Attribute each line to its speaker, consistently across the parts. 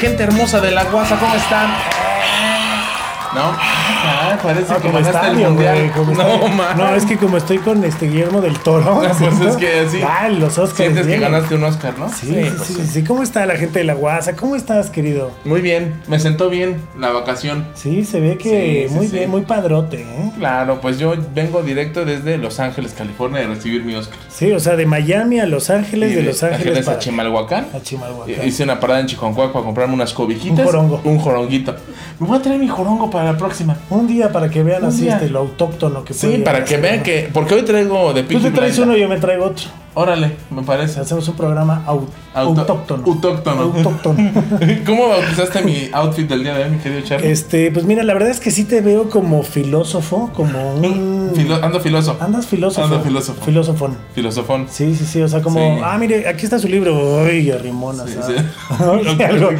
Speaker 1: gente hermosa de la guasa, ¿cómo están? ¿No? Ah, parece
Speaker 2: Ah,
Speaker 1: que
Speaker 2: como
Speaker 1: ganaste el
Speaker 2: estadio, güey,
Speaker 1: mundial.
Speaker 2: como
Speaker 1: no,
Speaker 2: estadio.
Speaker 1: man.
Speaker 2: No, es que como estoy con este Guillermo del Toro.
Speaker 1: Ah, pues
Speaker 2: ¿cierto?
Speaker 1: es que sí.
Speaker 2: Ah, los Oscars.
Speaker 1: Sientes que
Speaker 2: vienen.
Speaker 1: ganaste un Oscar, ¿no?
Speaker 2: Sí, sí,
Speaker 1: pues
Speaker 2: sí, sí. ¿Cómo está la gente de la Guasa? ¿Cómo estás, querido?
Speaker 1: Muy bien, me sentó bien la vacación.
Speaker 2: Sí, se ve que
Speaker 1: Sí, sí,
Speaker 2: muy
Speaker 1: sí.
Speaker 2: bien, muy padrote, ¿eh?
Speaker 1: Claro, pues yo vengo directo desde Los Ángeles, California, de recibir mi Oscar.
Speaker 2: Sí, o sea, de Miami a Los Ángeles,
Speaker 1: Y
Speaker 2: de Los Ángeles
Speaker 1: a
Speaker 2: para
Speaker 1: Chimalhuacán. Eh,
Speaker 2: a Chimalhuacán.
Speaker 1: Hice una parada en Chihuahua para comprarme unas cobijitas.
Speaker 2: Un jorongo.
Speaker 1: Un joronguito. Me voy a traer mi jorongo para la próxima.
Speaker 2: Un día para que vean
Speaker 1: Un
Speaker 2: así
Speaker 1: día.
Speaker 2: este, lo autóctono que
Speaker 1: Sí,
Speaker 2: puede
Speaker 1: para que
Speaker 2: hacer,
Speaker 1: vean
Speaker 2: ¿no?
Speaker 1: que. Porque hoy traigo de
Speaker 2: Tú
Speaker 1: Peaky
Speaker 2: te traes
Speaker 1: Blinders.
Speaker 2: uno y yo me traigo otro.
Speaker 1: Órale, me parece.
Speaker 2: Hacemos un programa au-
Speaker 1: Auto-
Speaker 2: autóctono.
Speaker 1: autóctono.
Speaker 2: Autóctono.
Speaker 1: ¿Cómo bautizaste mi outfit del día de hoy, mi querido Charlie?
Speaker 2: este, pues mira, la verdad es que sí te veo como filósofo, como un.
Speaker 1: Filo- ando filoso.
Speaker 2: Andas filósofo.
Speaker 1: Ando filósofo.
Speaker 2: Filósofón.
Speaker 1: Filosofón.
Speaker 2: Sí, sí, sí, o sea, como,
Speaker 1: Sí.
Speaker 2: ah, mire, aquí está su libro, uy, arrimona,
Speaker 1: Sí,
Speaker 2: ¿sabes?
Speaker 1: sí.
Speaker 2: Oye, algo.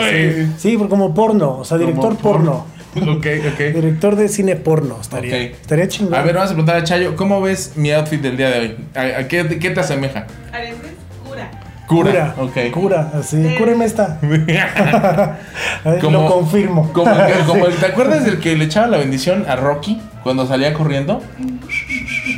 Speaker 1: Ay.
Speaker 2: sí, sí, por- como porno, o sea, director
Speaker 1: Como
Speaker 2: porno,
Speaker 1: ok, ok.
Speaker 2: director de cine porno, estaría,
Speaker 1: Ok.
Speaker 2: estaría chingón.
Speaker 1: A ver, vamos a preguntar a Chayo, ¿cómo ves mi outfit del día de hoy? ¿A, a qué, qué te asemeja?
Speaker 3: Aretes, cura.
Speaker 2: cura,
Speaker 1: Ok.
Speaker 2: cura, así,
Speaker 3: Sí.
Speaker 2: cúreme esta, A ver,
Speaker 1: Como-
Speaker 2: lo confirmo.
Speaker 1: Como, el- como el- ¿Te acuerdas del que le echaba la bendición a Rocky cuando salía corriendo?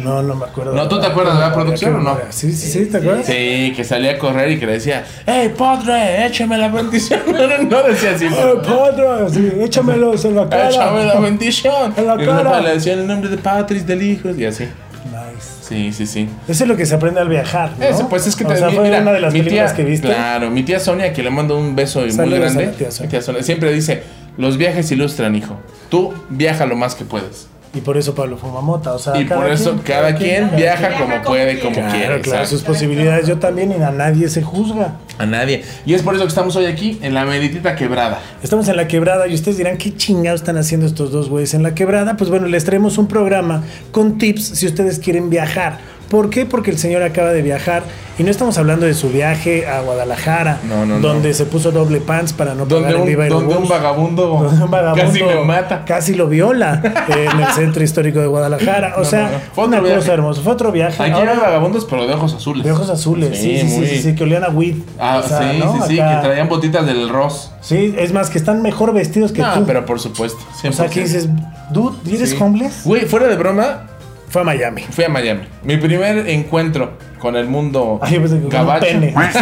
Speaker 2: No, no me acuerdo.
Speaker 1: No, ¿tú te acuerdas de la producción o no?
Speaker 2: Sí, sí, sí, ¿te acuerdas?
Speaker 1: Sí, que salía a correr y que le decía, ¡Hey, padre, échame la bendición! No, no decía así.
Speaker 2: ¡Eh,
Speaker 1: pero-
Speaker 2: padre! Sí, échamelos en la cara.
Speaker 1: Échame la bendición.
Speaker 2: En la
Speaker 1: Y el papá
Speaker 2: cara.
Speaker 1: le decía en el nombre de Patrick, del Hijo, y así.
Speaker 2: Nice.
Speaker 1: Sí, sí, sí.
Speaker 2: Eso es lo que se aprende al viajar, ¿no?
Speaker 1: Eso, pues es que
Speaker 2: O sea,
Speaker 1: mi-
Speaker 2: fue
Speaker 1: mira,
Speaker 2: una de las
Speaker 1: mi
Speaker 2: películas
Speaker 1: tía-
Speaker 2: que viste.
Speaker 1: Claro, mi tía Sonia, que le mando un beso y muy
Speaker 2: Saludos a
Speaker 1: grande.
Speaker 2: la tía Sonia.
Speaker 1: Mi tía Sonia siempre dice: Los viajes ilustran, hijo. Tú viaja lo más que puedes.
Speaker 2: Y por eso Pablo Fumamota, o sea,
Speaker 1: y por eso cada quien, viaja, como puede, como
Speaker 2: Claro,
Speaker 1: quiere.
Speaker 2: claro,
Speaker 1: ¿sabes?
Speaker 2: sus posibilidades. Yo también y a nadie se juzga.
Speaker 1: A nadie. Y es por eso que estamos hoy aquí, en la meditita quebrada.
Speaker 2: Estamos en la quebrada y ustedes dirán, ¿qué chingados están haciendo estos dos güeyes en la quebrada? Pues bueno, les traemos un programa con tips si ustedes quieren viajar. ¿Por qué? Porque el señor acaba de viajar y no estamos hablando de su viaje a Guadalajara,
Speaker 1: No, no, no.
Speaker 2: donde se puso doble pants para no
Speaker 1: Donde
Speaker 2: pagar el
Speaker 1: un,
Speaker 2: IVA y el
Speaker 1: donde un
Speaker 2: bus.
Speaker 1: vagabundo,
Speaker 2: Donde un vagabundo
Speaker 1: casi me mata.
Speaker 2: Casi lo viola eh, en el centro histórico de Guadalajara. O
Speaker 1: No,
Speaker 2: sea,
Speaker 1: no, no. Fue
Speaker 2: una
Speaker 1: otro viaje.
Speaker 2: cosa hermosa. Fue otro viaje.
Speaker 1: Aquí
Speaker 2: Ahora-
Speaker 1: eran vagabundos, pero de ojos azules.
Speaker 2: De ojos azules, sí, sí, sí,
Speaker 1: muy-
Speaker 2: sí, sí, que olían a weed.
Speaker 1: Ah,
Speaker 2: O sea,
Speaker 1: sí,
Speaker 2: ¿no?
Speaker 1: sí, sí,
Speaker 2: Acá-
Speaker 1: que traían botitas del Ross.
Speaker 2: Sí, es más, que están mejor vestidos que
Speaker 1: No,
Speaker 2: tú.
Speaker 1: pero por supuesto.
Speaker 2: o sea,
Speaker 1: 100%.
Speaker 2: que dices, dude, ¿y ¿eres
Speaker 1: Sí.
Speaker 2: homeless?
Speaker 1: Güey, fuera de broma,
Speaker 2: Fue a Miami.
Speaker 1: fui a Miami. Mi primer encuentro con el mundo
Speaker 2: Ay, yo pensé que con
Speaker 1: gabacho.
Speaker 2: un pene. Sí,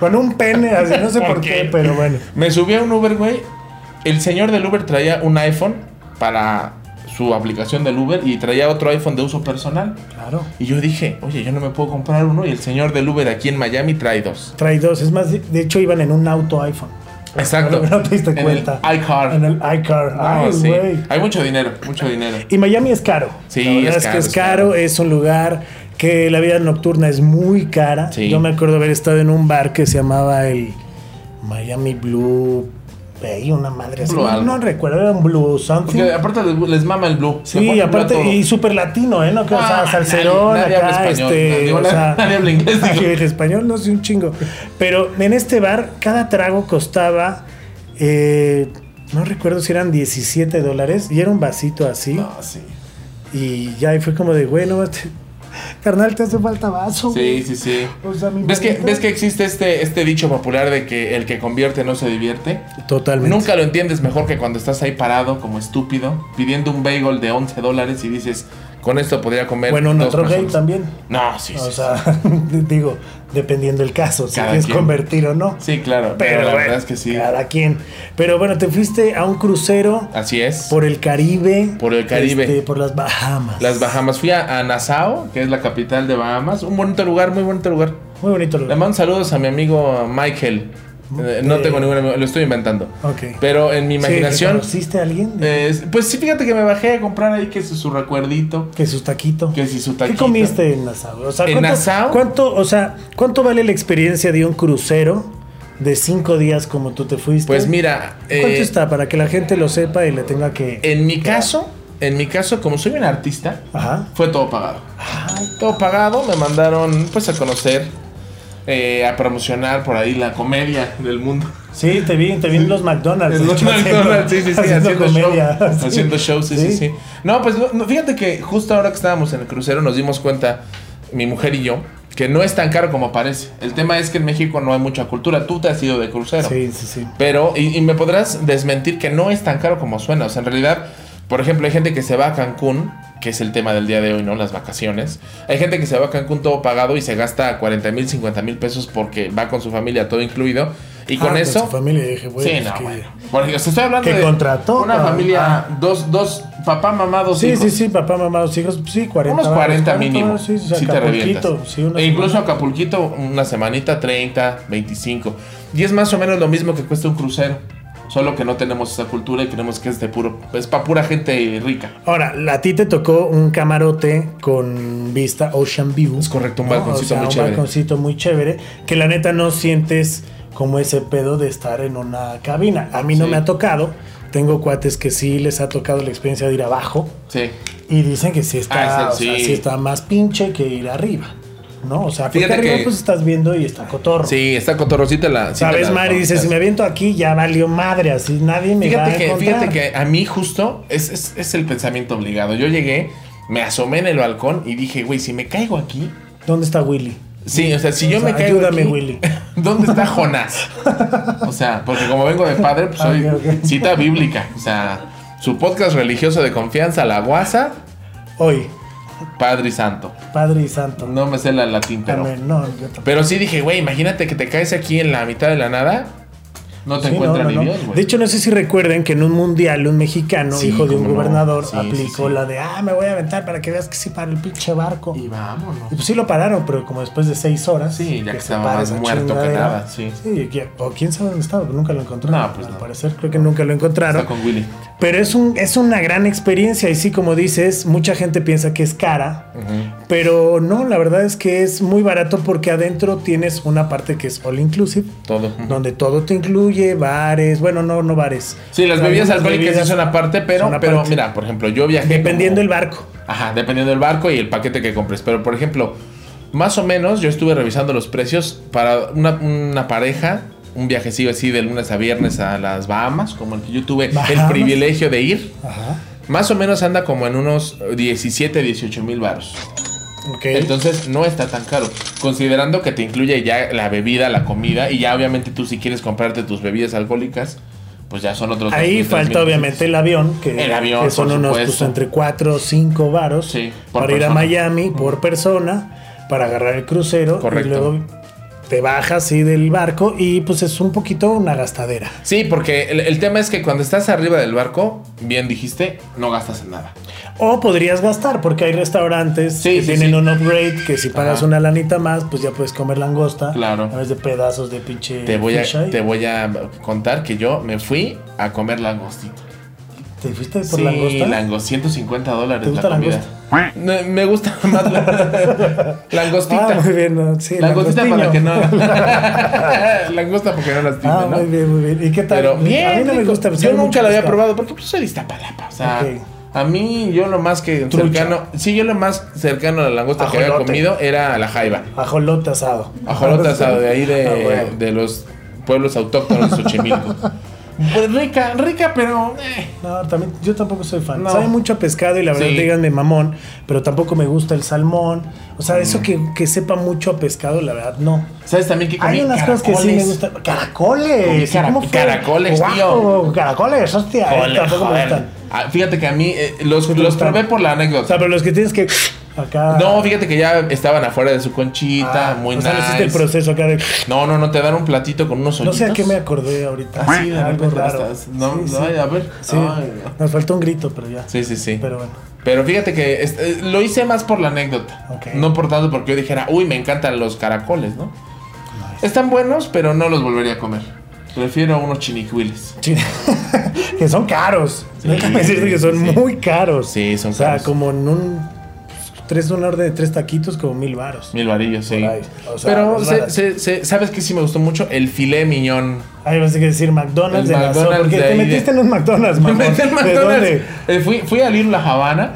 Speaker 2: con un pene, así, no sé por,
Speaker 1: ¿Por
Speaker 2: qué?
Speaker 1: qué?
Speaker 2: pero bueno.
Speaker 1: Me subí a un Uber, güey. El señor del Uber traía un iPhone para su aplicación del Uber y traía otro iPhone de uso personal.
Speaker 2: Claro.
Speaker 1: Y yo dije, oye, yo no me puedo comprar uno y el señor del Uber aquí en Miami trae dos.
Speaker 2: Trae dos, es más, de- de hecho iban en un auto iPhone.
Speaker 1: Exacto.
Speaker 2: No te diste
Speaker 1: En el
Speaker 2: cuenta.
Speaker 1: iCar.
Speaker 2: En el iCar.
Speaker 1: No,
Speaker 2: Ay,
Speaker 1: sí.
Speaker 2: güey.
Speaker 1: Hay mucho dinero, mucho dinero.
Speaker 2: Y Miami es caro.
Speaker 1: Sí,
Speaker 2: La verdad
Speaker 1: es
Speaker 2: es, que
Speaker 1: caro,
Speaker 2: es
Speaker 1: es
Speaker 2: caro,
Speaker 1: caro.
Speaker 2: es un lugar que la vida nocturna es muy cara.
Speaker 1: Sí.
Speaker 2: Yo me acuerdo haber estado en un bar que se llamaba el Miami Blue Bay, una madre así.
Speaker 1: Blue
Speaker 2: No,
Speaker 1: algo.
Speaker 2: no recuerdo, era un Blue something.
Speaker 1: Porque aparte les, les mama el blue. Se
Speaker 2: Sí,
Speaker 1: pone blue a
Speaker 2: aparte,
Speaker 1: todo.
Speaker 2: y súper latino, ¿eh? ¿No? Que, o
Speaker 1: Ah,
Speaker 2: sea,
Speaker 1: nadie-
Speaker 2: salserón,
Speaker 1: nadie
Speaker 2: acá,
Speaker 1: habla español.
Speaker 2: este,
Speaker 1: Digo,
Speaker 2: o
Speaker 1: nadie-
Speaker 2: sea,
Speaker 1: nadie habla inglés, digo.
Speaker 2: nadie habla español, no sé, un chingo. Pero en este bar, cada trago costaba, eh, no recuerdo si eran 17 dólares, y era un vasito así.
Speaker 1: No, sí.
Speaker 2: Y ya, y fue como de, güey, no, te- carnal, te hace falta vaso.
Speaker 1: Sí,
Speaker 2: güey".
Speaker 1: sí, sí.
Speaker 2: O sea, mi
Speaker 1: ¿Ves que,
Speaker 2: manita-
Speaker 1: ¿Ves que existe este, este dicho popular de que el que convierte no se divierte?
Speaker 2: Totalmente.
Speaker 1: Nunca lo entiendes mejor que cuando estás ahí parado como estúpido, pidiendo un bagel de 11 dólares y dices, con esto podría comer.
Speaker 2: Bueno, en
Speaker 1: dos
Speaker 2: otro gay
Speaker 1: personas".
Speaker 2: también.
Speaker 1: No, sí, sí.
Speaker 2: O sea, digo, dependiendo el caso, si
Speaker 1: Cada
Speaker 2: quieres
Speaker 1: quien.
Speaker 2: convertir o no.
Speaker 1: sí, claro. Pero,
Speaker 2: Pero
Speaker 1: la
Speaker 2: bueno,
Speaker 1: verdad es que sí.
Speaker 2: Cada quien. Pero bueno, te fuiste a un crucero
Speaker 1: Así es.
Speaker 2: por el Caribe.
Speaker 1: Por el Caribe.
Speaker 2: este, por las Bahamas.
Speaker 1: Las Bahamas. Fui a, a Nassau, que es la capital de Bahamas. Un bonito lugar, muy bonito lugar.
Speaker 2: Muy bonito
Speaker 1: Le
Speaker 2: lugar.
Speaker 1: mando saludos a mi amigo Michael. Eh, no
Speaker 2: Eh.
Speaker 1: tengo ningún amigo, lo estoy inventando.
Speaker 2: Ok.
Speaker 1: Pero en mi
Speaker 2: Sí,
Speaker 1: imaginación.
Speaker 2: ¿Conociste a alguien? de-
Speaker 1: Eh, pues sí, fíjate que me bajé a comprar ahí que su, su recuerdito,
Speaker 2: que su taquito.
Speaker 1: Eh, que si su
Speaker 2: ¿Qué
Speaker 1: taquito.
Speaker 2: comiste en Nassau? O sea,
Speaker 1: ¿En
Speaker 2: ¿cuánto,
Speaker 1: Nassau?
Speaker 2: cuánto- o sea, ¿cuánto vale la experiencia de un crucero de cinco días como tú te fuiste?
Speaker 1: Pues mira, eh,
Speaker 2: ¿Cuánto está? Para que la gente lo sepa y le tenga que.
Speaker 1: en mi caso, en mi caso, como soy un artista,
Speaker 2: Ajá.
Speaker 1: fue todo pagado. Todo pagado, me mandaron pues a conocer, eh, a promocionar por ahí la comedia del mundo.
Speaker 2: Sí, te vi, te vi en los McDonald's.
Speaker 1: En
Speaker 2: de
Speaker 1: los
Speaker 2: hecho, haciendo-
Speaker 1: McDonald's, sí, sí, sí, haciendo, show.
Speaker 2: sí.
Speaker 1: Haciendo show, sí, sí, sí. No, pues no, no, fíjate que justo ahora que estábamos en el crucero nos dimos cuenta, mi mujer y yo, que no es tan caro como parece. El tema es que en México no hay mucha cultura. Tú te has ido de crucero.
Speaker 2: Sí, sí, sí.
Speaker 1: Pero, y, y me podrás desmentir que no es tan caro como suena. O sea, en realidad, por ejemplo, hay gente que se va a Cancún, que es el tema del día de hoy, ¿no? Las vacaciones. Hay gente que se va a Cancún todo pagado y se gasta 40 mil, 50 mil pesos porque va con su familia todo incluido. Y
Speaker 2: Ah,
Speaker 1: con
Speaker 2: su
Speaker 1: eso...
Speaker 2: familia dije, güey,
Speaker 1: sí,
Speaker 2: pues
Speaker 1: no,
Speaker 2: que-
Speaker 1: bueno. Porque os estoy hablando
Speaker 2: que
Speaker 1: de
Speaker 2: contrató,
Speaker 1: una
Speaker 2: cabrón.
Speaker 1: familia,
Speaker 2: Ah.
Speaker 1: dos, dos, papá, mamá, dos
Speaker 2: Sí,
Speaker 1: hijos.
Speaker 2: sí, sí, papá, mamá, los hijos, sí, 40.
Speaker 1: Unos 40
Speaker 2: varos,
Speaker 1: mínimo.
Speaker 2: varos, Sí, o sea,
Speaker 1: si te
Speaker 2: Acapulquito,
Speaker 1: revientas.
Speaker 2: sí, unos-
Speaker 1: e incluso Acapulquito, una semanita, 30, 25. Y es más o menos lo mismo que cuesta un crucero. Solo que no tenemos esa cultura y creemos que es de puro. Es para pura gente rica.
Speaker 2: Ahora, a ti te tocó un camarote con vista Ocean View.
Speaker 1: Es correcto, un
Speaker 2: ¿no?
Speaker 1: balconcito
Speaker 2: O sea,
Speaker 1: muy
Speaker 2: un
Speaker 1: chévere.
Speaker 2: balconcito muy chévere, que la neta no sientes como ese pedo de estar en una cabina. A mí no
Speaker 1: Sí.
Speaker 2: me ha tocado. Tengo cuates que sí les ha tocado la experiencia de ir abajo
Speaker 1: Sí.
Speaker 2: y dicen que sí está,
Speaker 1: Ah,
Speaker 2: o
Speaker 1: ese
Speaker 2: sea,
Speaker 1: sí.
Speaker 2: sí está más pinche que ir arriba, ¿no? O sea, porque
Speaker 1: Fíjate
Speaker 2: arriba
Speaker 1: que-
Speaker 2: pues estás viendo y está cotorro.
Speaker 1: Sí, está cotorrosita la. sí te
Speaker 2: Sabes,
Speaker 1: la-
Speaker 2: Mari, dice, si me aviento aquí ya valió madre, así nadie me va
Speaker 1: Fíjate
Speaker 2: a
Speaker 1: que,
Speaker 2: contar.
Speaker 1: fíjate que a mí justo es, es- es el pensamiento obligado. Yo llegué, me asomé en el balcón y dije, güey, si me caigo aquí.
Speaker 2: ¿Dónde está Willy?
Speaker 1: Sí, o sea, si
Speaker 2: O
Speaker 1: yo
Speaker 2: sea,
Speaker 1: me caigo
Speaker 2: ayúdame,
Speaker 1: aquí,
Speaker 2: Willy.
Speaker 1: ¿Dónde está Jonás? O sea, porque como vengo de padre, pues soy
Speaker 2: Ok, ok.
Speaker 1: cita bíblica. O sea, su podcast religioso de confianza, La Guasa,
Speaker 2: Hoy,
Speaker 1: Padre y Santo.
Speaker 2: Padre y Santo.
Speaker 1: No me sé la latín, pero...
Speaker 2: Amén. No, yo tampoco.
Speaker 1: Pero sí dije, güey, imagínate que te caes aquí en la mitad de la nada. No te
Speaker 2: Sí,
Speaker 1: encuentra
Speaker 2: no, no,
Speaker 1: ni
Speaker 2: no.
Speaker 1: Dios, güey.
Speaker 2: De hecho, no sé si recuerden que en un mundial un mexicano,
Speaker 1: Sí,
Speaker 2: hijo de un
Speaker 1: cómo no.
Speaker 2: gobernador,
Speaker 1: Sí,
Speaker 2: aplicó
Speaker 1: sí, sí.
Speaker 2: la de, ah, me voy a aventar para que veas que sí para el pinche barco.
Speaker 1: Y
Speaker 2: Y,
Speaker 1: vámonos.
Speaker 2: pues sí lo pararon, pero como después de seis horas.
Speaker 1: Sí, ya que
Speaker 2: se
Speaker 1: estaba
Speaker 2: para
Speaker 1: más
Speaker 2: esa
Speaker 1: muerto que
Speaker 2: chingadera.
Speaker 1: nada, sí.
Speaker 2: Sí, que- o quién sabe dónde estaba, pero nunca lo encontraron.
Speaker 1: No, pues
Speaker 2: al
Speaker 1: no.
Speaker 2: parecer creo que nunca lo encontraron.
Speaker 1: Está con Willy.
Speaker 2: Pero es, un, es una gran experiencia y sí, como dices, mucha gente piensa que es cara, pero no, la verdad es que es muy barato porque adentro tienes una parte que es all inclusive,
Speaker 1: Todo.
Speaker 2: donde todo te incluye, bares, bueno, no, no bares.
Speaker 1: Sí, las
Speaker 2: O sea,
Speaker 1: bebidas
Speaker 2: algunas
Speaker 1: alcohólicas sí
Speaker 2: bebidas,
Speaker 1: son aparte, pero,
Speaker 2: son
Speaker 1: pero
Speaker 2: aparte.
Speaker 1: mira, por ejemplo, yo viajé...
Speaker 2: Dependiendo
Speaker 1: como-
Speaker 2: el barco.
Speaker 1: Ajá, dependiendo del barco y el paquete que compres. Pero, por ejemplo, más o menos yo estuve revisando los precios para una, una pareja, un viajecillo así de lunes a viernes a las Bahamas, como el que yo tuve el
Speaker 2: Bahamas.
Speaker 1: privilegio de ir.
Speaker 2: Ajá.
Speaker 1: Más o menos anda como en unos 17, 18 mil baros.
Speaker 2: Ok.
Speaker 1: Entonces no está tan caro. Considerando que te incluye ya la bebida, la comida y ya obviamente tú si quieres comprarte tus bebidas alcohólicas, pues ya son otros...
Speaker 2: Ahí
Speaker 1: 2,000,
Speaker 2: falta
Speaker 1: 3,000
Speaker 2: obviamente el avión, que,
Speaker 1: El avión,
Speaker 2: que son
Speaker 1: por
Speaker 2: unos
Speaker 1: supuesto.
Speaker 2: pues, entre 4 o 5 varos
Speaker 1: Sí, por
Speaker 2: para ir a
Speaker 1: persona.
Speaker 2: Miami por persona, para agarrar el crucero
Speaker 1: Correcto.
Speaker 2: y luego te bajas sí, del barco y pues es un poquito una gastadera.
Speaker 1: Sí, porque el, el tema es que cuando estás arriba del barco, bien dijiste, no gastas en nada.
Speaker 2: O podrías gastar, porque hay restaurantes
Speaker 1: Sí,
Speaker 2: que
Speaker 1: sí,
Speaker 2: tienen
Speaker 1: sí.
Speaker 2: un upgrade que si pagas
Speaker 1: Ajá.
Speaker 2: una lanita más, pues ya puedes comer langosta.
Speaker 1: Claro.
Speaker 2: A vez de pedazos de pinche.
Speaker 1: Te voy, a,
Speaker 2: fisheye.
Speaker 1: te voy a contar que yo me fui a comer langostita.
Speaker 2: ¿Te fuiste por
Speaker 1: Sí,
Speaker 2: langosta?
Speaker 1: langos- 150 dólares
Speaker 2: ¿Te gusta
Speaker 1: la comida. No, me gusta más la langostita.
Speaker 2: Ah, muy bien. no, Sí,
Speaker 1: langostita para que
Speaker 2: langostiño.
Speaker 1: no. langosta porque no las
Speaker 2: Ah,
Speaker 1: tiene, ¿no?
Speaker 2: muy bien, muy bien. ¿Y qué tal?
Speaker 1: Pero bien.
Speaker 2: a mí no me
Speaker 1: rico.
Speaker 2: gusta. pues,
Speaker 1: Yo
Speaker 2: sabe
Speaker 1: nunca
Speaker 2: mucho
Speaker 1: lo había
Speaker 2: pescado.
Speaker 1: probado porque pues soy de Iztapalapa, O sea,
Speaker 2: Ok.
Speaker 1: a mí yo lo más que
Speaker 2: Trucha.
Speaker 1: cercano. Sí, yo lo más cercano a la langosta que había
Speaker 2: Ajolote.
Speaker 1: comido era la jaiba.
Speaker 2: Ajolote asado.
Speaker 1: Ajolote asado de ahí de,
Speaker 2: Ah, bueno.
Speaker 1: de los pueblos autóctonos de Xochimilco. Pues rica, rica, pero. eh.
Speaker 2: No, también, yo tampoco soy fan.
Speaker 1: No.
Speaker 2: Sabe mucho a pescado y la verdad
Speaker 1: Sí.
Speaker 2: díganme mamón, pero tampoco me gusta el salmón. O sea,
Speaker 1: Mm.
Speaker 2: eso que, que sepa mucho a pescado, la verdad, no.
Speaker 1: ¿Sabes también que comí
Speaker 2: Hay unas cosas que sí me
Speaker 1: caracoles?
Speaker 2: gustan. ¡Caracoles!
Speaker 1: Cara-
Speaker 2: ¿Cómo fue?
Speaker 1: caracoles,
Speaker 2: Guau,
Speaker 1: tío.
Speaker 2: ¡Caracoles! ¡Hostia! eh,
Speaker 1: Joder,
Speaker 2: tampoco me
Speaker 1: joder.
Speaker 2: gustan.
Speaker 1: Ah, fíjate que a mí eh, los,
Speaker 2: ¿Sí te
Speaker 1: los
Speaker 2: gustan?
Speaker 1: probé por la
Speaker 2: O sea,
Speaker 1: anécdota.
Speaker 2: pero los que tienes que. Acá.
Speaker 1: No, fíjate que ya estaban afuera de su conchita,
Speaker 2: Ah,
Speaker 1: muy
Speaker 2: O sea, no hiciste el
Speaker 1: nice.
Speaker 2: proceso acá de.
Speaker 1: No, no, no, te dan un platito con unos
Speaker 2: No
Speaker 1: hoyitos.
Speaker 2: sé a qué me acordé ahorita.
Speaker 1: Así, Ah, de
Speaker 2: Algo
Speaker 1: repente
Speaker 2: raro.
Speaker 1: estás- No,
Speaker 2: Sí,
Speaker 1: no,
Speaker 2: sí.
Speaker 1: a ver.
Speaker 2: Sí,
Speaker 1: Ay, no.
Speaker 2: nos faltó un grito, pero ya.
Speaker 1: Sí, sí, sí. Pero,
Speaker 2: Pero bueno.
Speaker 1: fíjate que este, lo hice más por la anécdota.
Speaker 2: Ok.
Speaker 1: No por tanto porque yo dijera, uy, me encantan los caracoles, ¿no? Están buenos, pero no los volvería a comer. Prefiero unos chinicuiles.
Speaker 2: Sí. que son caros.
Speaker 1: Sí,
Speaker 2: Déjame decirte que son
Speaker 1: sí.
Speaker 2: muy caros.
Speaker 1: Sí, son
Speaker 2: O sea,
Speaker 1: caros.
Speaker 2: como en un. Tres, una orden de tres taquitos, como mil varos.
Speaker 1: Mil varillos, sí.
Speaker 2: Por ahí, o sea,
Speaker 1: Pero,
Speaker 2: es
Speaker 1: se-
Speaker 2: barato.
Speaker 1: se- se- ¿sabes qué sí me gustó mucho? El filé miñón.
Speaker 2: Ahí vas a decir McDonald's
Speaker 1: El
Speaker 2: de la zona,
Speaker 1: McDonald's
Speaker 2: Porque
Speaker 1: de
Speaker 2: te
Speaker 1: ahí de-
Speaker 2: metiste en un McDonald's, mamón.
Speaker 1: Me metí al McDonald's.
Speaker 2: ¿De
Speaker 1: Eh, fui, fui a Little La Habana,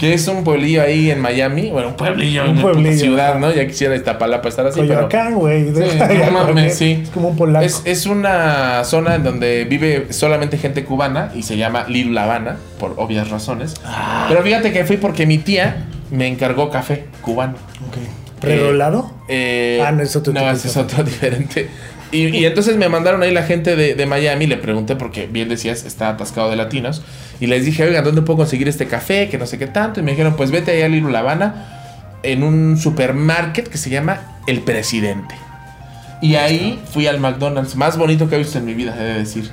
Speaker 1: que es un pueblillo ahí en Miami. Bueno, un pueblillo,
Speaker 2: Un
Speaker 1: una puta
Speaker 2: pueblillo.
Speaker 1: ciudad, ¿no? Ya quisiera Iztapalapa estar así,
Speaker 2: dónde?
Speaker 1: pero...
Speaker 2: Coyoacán, güey.
Speaker 1: Sí, no mames, sí.
Speaker 2: Es como un polaco.
Speaker 1: Es, es una zona en donde vive solamente gente cubana y se llama Little La Habana, por obvias
Speaker 2: Ah.
Speaker 1: razones. Pero fíjate que fui porque mi tía me encargó café cubano.
Speaker 2: Ok. ¿Prerolado?
Speaker 1: Eh,
Speaker 2: Ah, no, es otro tipo
Speaker 1: No,
Speaker 2: de
Speaker 1: ese es
Speaker 2: café.
Speaker 1: otro diferente. Y, y entonces me mandaron ahí la gente de, de Miami, le pregunté porque bien decías, está atascado de latinos. Y les dije, oigan, ¿dónde puedo conseguir este café? Que no sé qué tanto. Y me dijeron, pues vete ahí a Little La Habana en un supermarket que se llama El Presidente. Y ahí fui al McDonald's, más bonito que he visto en mi vida, he de decir.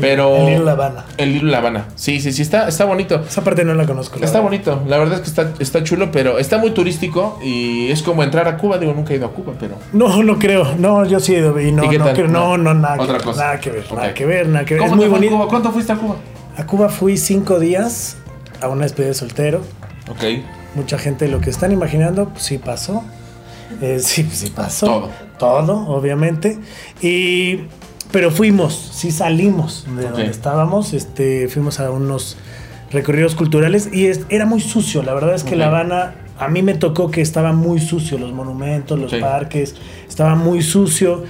Speaker 1: eh, pero-
Speaker 2: bien, el Little La Habana.
Speaker 1: El Little La Habana. Sí, sí, sí, está, está bonito.
Speaker 2: Esa parte no la conozco. la
Speaker 1: Está
Speaker 2: verdad.
Speaker 1: bonito, la verdad es que está, está chulo, pero está muy turístico y es como entrar a Cuba. Digo, nunca he ido a Cuba, pero...
Speaker 2: No, no creo. No, yo sí he ido y no,
Speaker 1: ¿Y qué
Speaker 2: no,
Speaker 1: tal?
Speaker 2: creo- no, no, nada. que
Speaker 1: Otra
Speaker 2: ver,
Speaker 1: cosa.
Speaker 2: Nada que ver, nada
Speaker 1: Ok.
Speaker 2: que ver, nada que ver.
Speaker 1: ¿Cómo
Speaker 2: Es
Speaker 1: te fue
Speaker 2: muy
Speaker 1: en
Speaker 2: bonito.
Speaker 1: Cuba? ¿Cuánto fuiste a Cuba?
Speaker 2: A Cuba fui cinco días a una despedida de soltero.
Speaker 1: Ok.
Speaker 2: Mucha gente lo que están imaginando, pues sí pasó. Eh, sí, sí pasó.
Speaker 1: Todo.
Speaker 2: Todo, obviamente. Y, pero fuimos, sí salimos de
Speaker 1: Ok.
Speaker 2: donde estábamos. Este, fuimos a unos recorridos culturales y es- era muy sucio. La verdad es que
Speaker 1: Ok.
Speaker 2: La Habana, a mí me tocó que estaba muy sucio. Los monumentos, los
Speaker 1: Sí.
Speaker 2: parques, estaba muy sucio.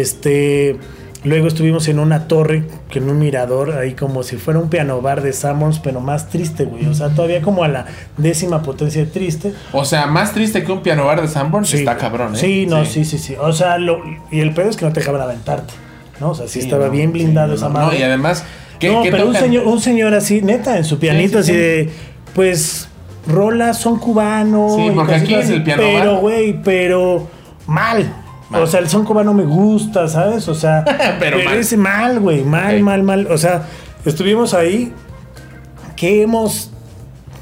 Speaker 2: Este. Luego estuvimos en una torre, que en un mirador, ahí como si fuera un piano bar de Sammons, pero más triste, güey. O sea, todavía como a la décima potencia de triste.
Speaker 1: O sea, más triste que un piano bar de Sanborns
Speaker 2: Sí,
Speaker 1: está
Speaker 2: güey.
Speaker 1: cabrón, ¿eh?
Speaker 2: Sí, no, sí, sí, sí. O sea, lo, y el pedo es que no te dejaban aventarte, ¿no? O sea, sí, estaba
Speaker 1: no,
Speaker 2: bien
Speaker 1: sí,
Speaker 2: blindado
Speaker 1: no,
Speaker 2: esa
Speaker 1: no,
Speaker 2: madre.
Speaker 1: No, y además... ¿qué-
Speaker 2: no,
Speaker 1: qué
Speaker 2: pero un
Speaker 1: tocan?
Speaker 2: señor, un señor así, neta, en su pianito,
Speaker 1: sí,
Speaker 2: así
Speaker 1: sí.
Speaker 2: de, pues, rolas son cubanos.
Speaker 1: Sí,
Speaker 2: y
Speaker 1: porque
Speaker 2: cositas
Speaker 1: aquí en el piano
Speaker 2: Pero,
Speaker 1: bar-
Speaker 2: güey, pero mal.
Speaker 1: Mal.
Speaker 2: O sea, el son cubano me gusta, ¿sabes? O sea,
Speaker 1: Pero mal.
Speaker 2: es mal, güey, mal,
Speaker 1: Ok.
Speaker 2: mal, mal. O sea, estuvimos ahí, que hemos,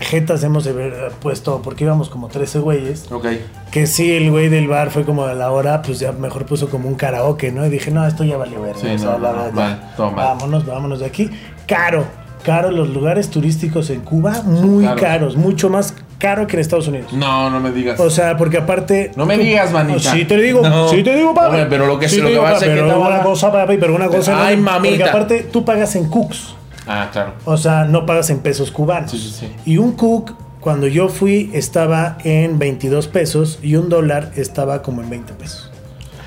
Speaker 2: jetas hemos de ver- puesto, porque íbamos como 13 güeyes.
Speaker 1: Ok.
Speaker 2: Que sí, el güey del bar fue como a la hora, pues ya mejor puso como un karaoke, ¿no? Y dije, no, esto ya vale ver.
Speaker 1: Sí, no, no, no, mal, todo mal.
Speaker 2: Vámonos, vámonos de aquí. Caro, caro, los lugares turísticos en Cuba, muy
Speaker 1: caros.
Speaker 2: caros, mucho más caro que en Estados Unidos.
Speaker 1: No, no me digas.
Speaker 2: O sea, porque aparte.
Speaker 1: No me digas, manita.
Speaker 2: Sí, te digo,
Speaker 1: No.
Speaker 2: sí te digo, papi.
Speaker 1: Hombre, pero lo que-
Speaker 2: sí
Speaker 1: lo
Speaker 2: te
Speaker 1: que
Speaker 2: digo,
Speaker 1: pasa
Speaker 2: papi,
Speaker 1: es que
Speaker 2: Pero
Speaker 1: ahora-
Speaker 2: una cosa, papi, pero una cosa.
Speaker 1: Ay,
Speaker 2: no, Porque
Speaker 1: mamita.
Speaker 2: aparte, tú pagas en cooks.
Speaker 1: ah, claro.
Speaker 2: O sea, no pagas en pesos cubanos.
Speaker 1: Sí, sí, sí.
Speaker 2: Y un cook, cuando yo fui, estaba en 22 pesos y un dólar estaba como en 20 pesos.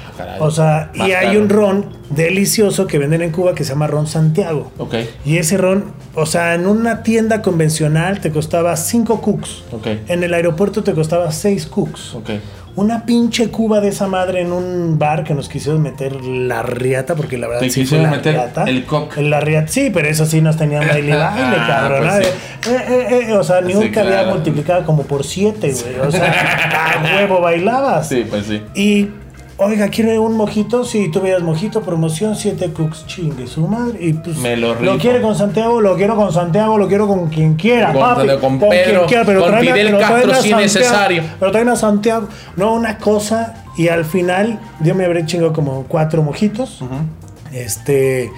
Speaker 1: Ah, Caray.
Speaker 2: O sea, y
Speaker 1: Más
Speaker 2: hay
Speaker 1: caro.
Speaker 2: un ron delicioso que venden en Cuba que se llama Ron Santiago.
Speaker 1: Ok,
Speaker 2: Y ese ron, o sea, en una tienda convencional te costaba 5 cooks.
Speaker 1: ok,
Speaker 2: En el aeropuerto te costaba 6 cooks.
Speaker 1: ok.
Speaker 2: Una pinche cuba de esa madre en un bar que nos quisieron meter la riata, porque la verdad
Speaker 1: Te
Speaker 2: sí
Speaker 1: quisieron
Speaker 2: fue la
Speaker 1: meter
Speaker 2: riata.
Speaker 1: el cock.
Speaker 2: La riata, sí, pero eso sí nos tenían baile y baile,
Speaker 1: Ah,
Speaker 2: cabrón.
Speaker 1: pues
Speaker 2: ¿no?
Speaker 1: sí.
Speaker 2: Eh, eh, eh, o sea, ni
Speaker 1: Sí,
Speaker 2: un caviar
Speaker 1: claro.
Speaker 2: multiplicado como por siete, güey. O sea, a huevo bailabas.
Speaker 1: Sí, pues sí.
Speaker 2: Y, oiga, quiero un mojito. Si tuvieras mojito, promoción, siete cooks, chingue su madre. Y pues,
Speaker 1: Me lo rifo.
Speaker 2: quiere con Santiago, lo quiero con Santiago, lo quiero con quien quiera.
Speaker 1: Con-
Speaker 2: papi,
Speaker 1: con Pedro, con
Speaker 2: tráeme-
Speaker 1: Fidel
Speaker 2: pero tráeme
Speaker 1: Castro,
Speaker 2: a
Speaker 1: si
Speaker 2: Santiago,
Speaker 1: necesario.
Speaker 2: Pero traen a Santiago. No, una cosa. Y al final, yo me habré chingado como cuatro mojitos.
Speaker 1: Ujú.
Speaker 2: Este.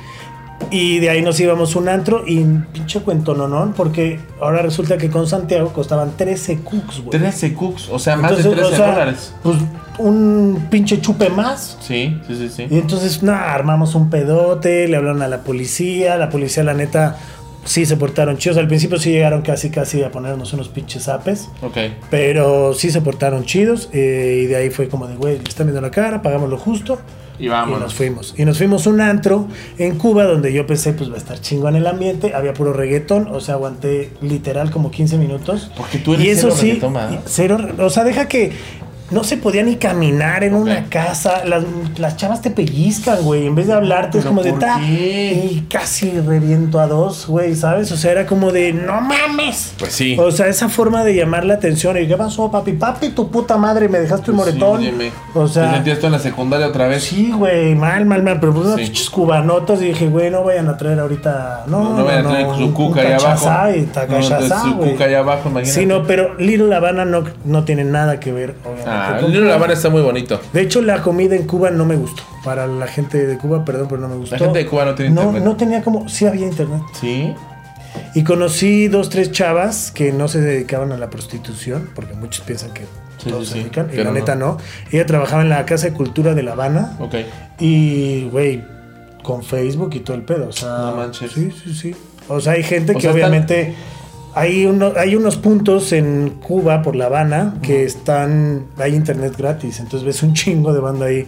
Speaker 2: Y de ahí nos íbamos un antro y un pinche cuentononón, porque ahora resulta que con Santiago costaban 13 cooks, güey.
Speaker 1: 13 cooks, o sea, más
Speaker 2: Entonces,
Speaker 1: de 13
Speaker 2: o sea,
Speaker 1: dólares.
Speaker 2: Pues un pinche chupe más.
Speaker 1: Sí, sí, sí,
Speaker 2: Y
Speaker 1: sí.
Speaker 2: entonces, nada, armamos un pedote, le hablaron a la policía, la policía, la neta, sí se portaron chidos. Al principio sí llegaron casi, casi a ponernos unos pinches apes,
Speaker 1: Ok,
Speaker 2: pero sí se portaron chidos. eh, y de ahí fue como de, güey, le están viendo la cara, pagamos lo justo.
Speaker 1: y
Speaker 2: Y nos
Speaker 1: vámonos.
Speaker 2: fuimos. Y nos fuimos a un antro en Cuba donde yo pensé, pues va a estar chingón el ambiente. Había puro reggaetón, o sea, aguanté literal como 15 minutos.
Speaker 1: Porque tú eres
Speaker 2: y eso
Speaker 1: cero
Speaker 2: sí,
Speaker 1: reggaetón, ¿verdad?
Speaker 2: cero, re- o sea, deja que no se podía ni caminar en
Speaker 1: Ok.
Speaker 2: una casa. Las, las chavas te pellizcan, güey. En vez de hablarte, es
Speaker 1: ¿Pero
Speaker 2: como de
Speaker 1: por
Speaker 2: ta.
Speaker 1: qué?
Speaker 2: Y casi reviento a dos, güey, ¿sabes? O sea, era como de no mames.
Speaker 1: Pues sí.
Speaker 2: O sea, esa forma de llamar la atención. ¿Y qué pasó, papi? Papi, tu puta madre, me dejaste un
Speaker 1: Pues sí,
Speaker 2: moretón.
Speaker 1: óyeme.
Speaker 2: o sea,
Speaker 1: ¿Te sentías tú en la secundaria otra vez?
Speaker 2: Pues Sí, güey, mal, mal, mal. Pero puse unas
Speaker 1: Sí.
Speaker 2: pinches cubanotas y dije, güey, no vayan a traer ahorita. No,
Speaker 1: No, no vayan a traer su
Speaker 2: un-
Speaker 1: cuca
Speaker 2: un
Speaker 1: allá abajo.
Speaker 2: tachazá y
Speaker 1: No, entonces
Speaker 2: tacachazá,
Speaker 1: su
Speaker 2: güey.
Speaker 1: cuca allá abajo, imagínate.
Speaker 2: Sí, no, pero Little La Habana no, no tiene nada que ver, obviamente.
Speaker 1: Ah,
Speaker 2: con
Speaker 1: el Little
Speaker 2: Cuba.
Speaker 1: La Habana está muy bonito.
Speaker 2: De hecho, la comida en Cuba no me gustó. Para la gente de Cuba, perdón, pero no me gustó.
Speaker 1: La gente de Cuba no tiene internet.
Speaker 2: No tenía como. Sí, había internet.
Speaker 1: Sí.
Speaker 2: Y conocí dos, tres chavas que no se dedicaban a la prostitución, porque muchos piensan que
Speaker 1: Sí,
Speaker 2: todos
Speaker 1: sí,
Speaker 2: se
Speaker 1: sí,
Speaker 2: dedican, y
Speaker 1: pero
Speaker 2: la
Speaker 1: no.
Speaker 2: neta no. Ella trabajaba en la Casa de Cultura de La Habana.
Speaker 1: Ok.
Speaker 2: Y, güey, con Facebook y todo el pedo. O sea,
Speaker 1: No manches.
Speaker 2: Sí, sí, sí. O sea, hay gente
Speaker 1: O
Speaker 2: que
Speaker 1: sea, están-
Speaker 2: obviamente. Hay, uno, hay unos puntos en Cuba, por La Habana, que están. Hay internet gratis. Entonces ves un chingo de banda ahí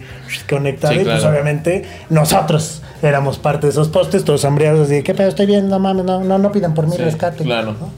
Speaker 2: conectada.
Speaker 1: Sí,
Speaker 2: y pues
Speaker 1: claro.
Speaker 2: obviamente nosotros éramos parte de esos postes, todos hambriados. Así, ¿qué pedo estoy viendo, mami? No, no, no pidan por mí
Speaker 1: Sí,
Speaker 2: rescate.
Speaker 1: claro.
Speaker 2: ¿no?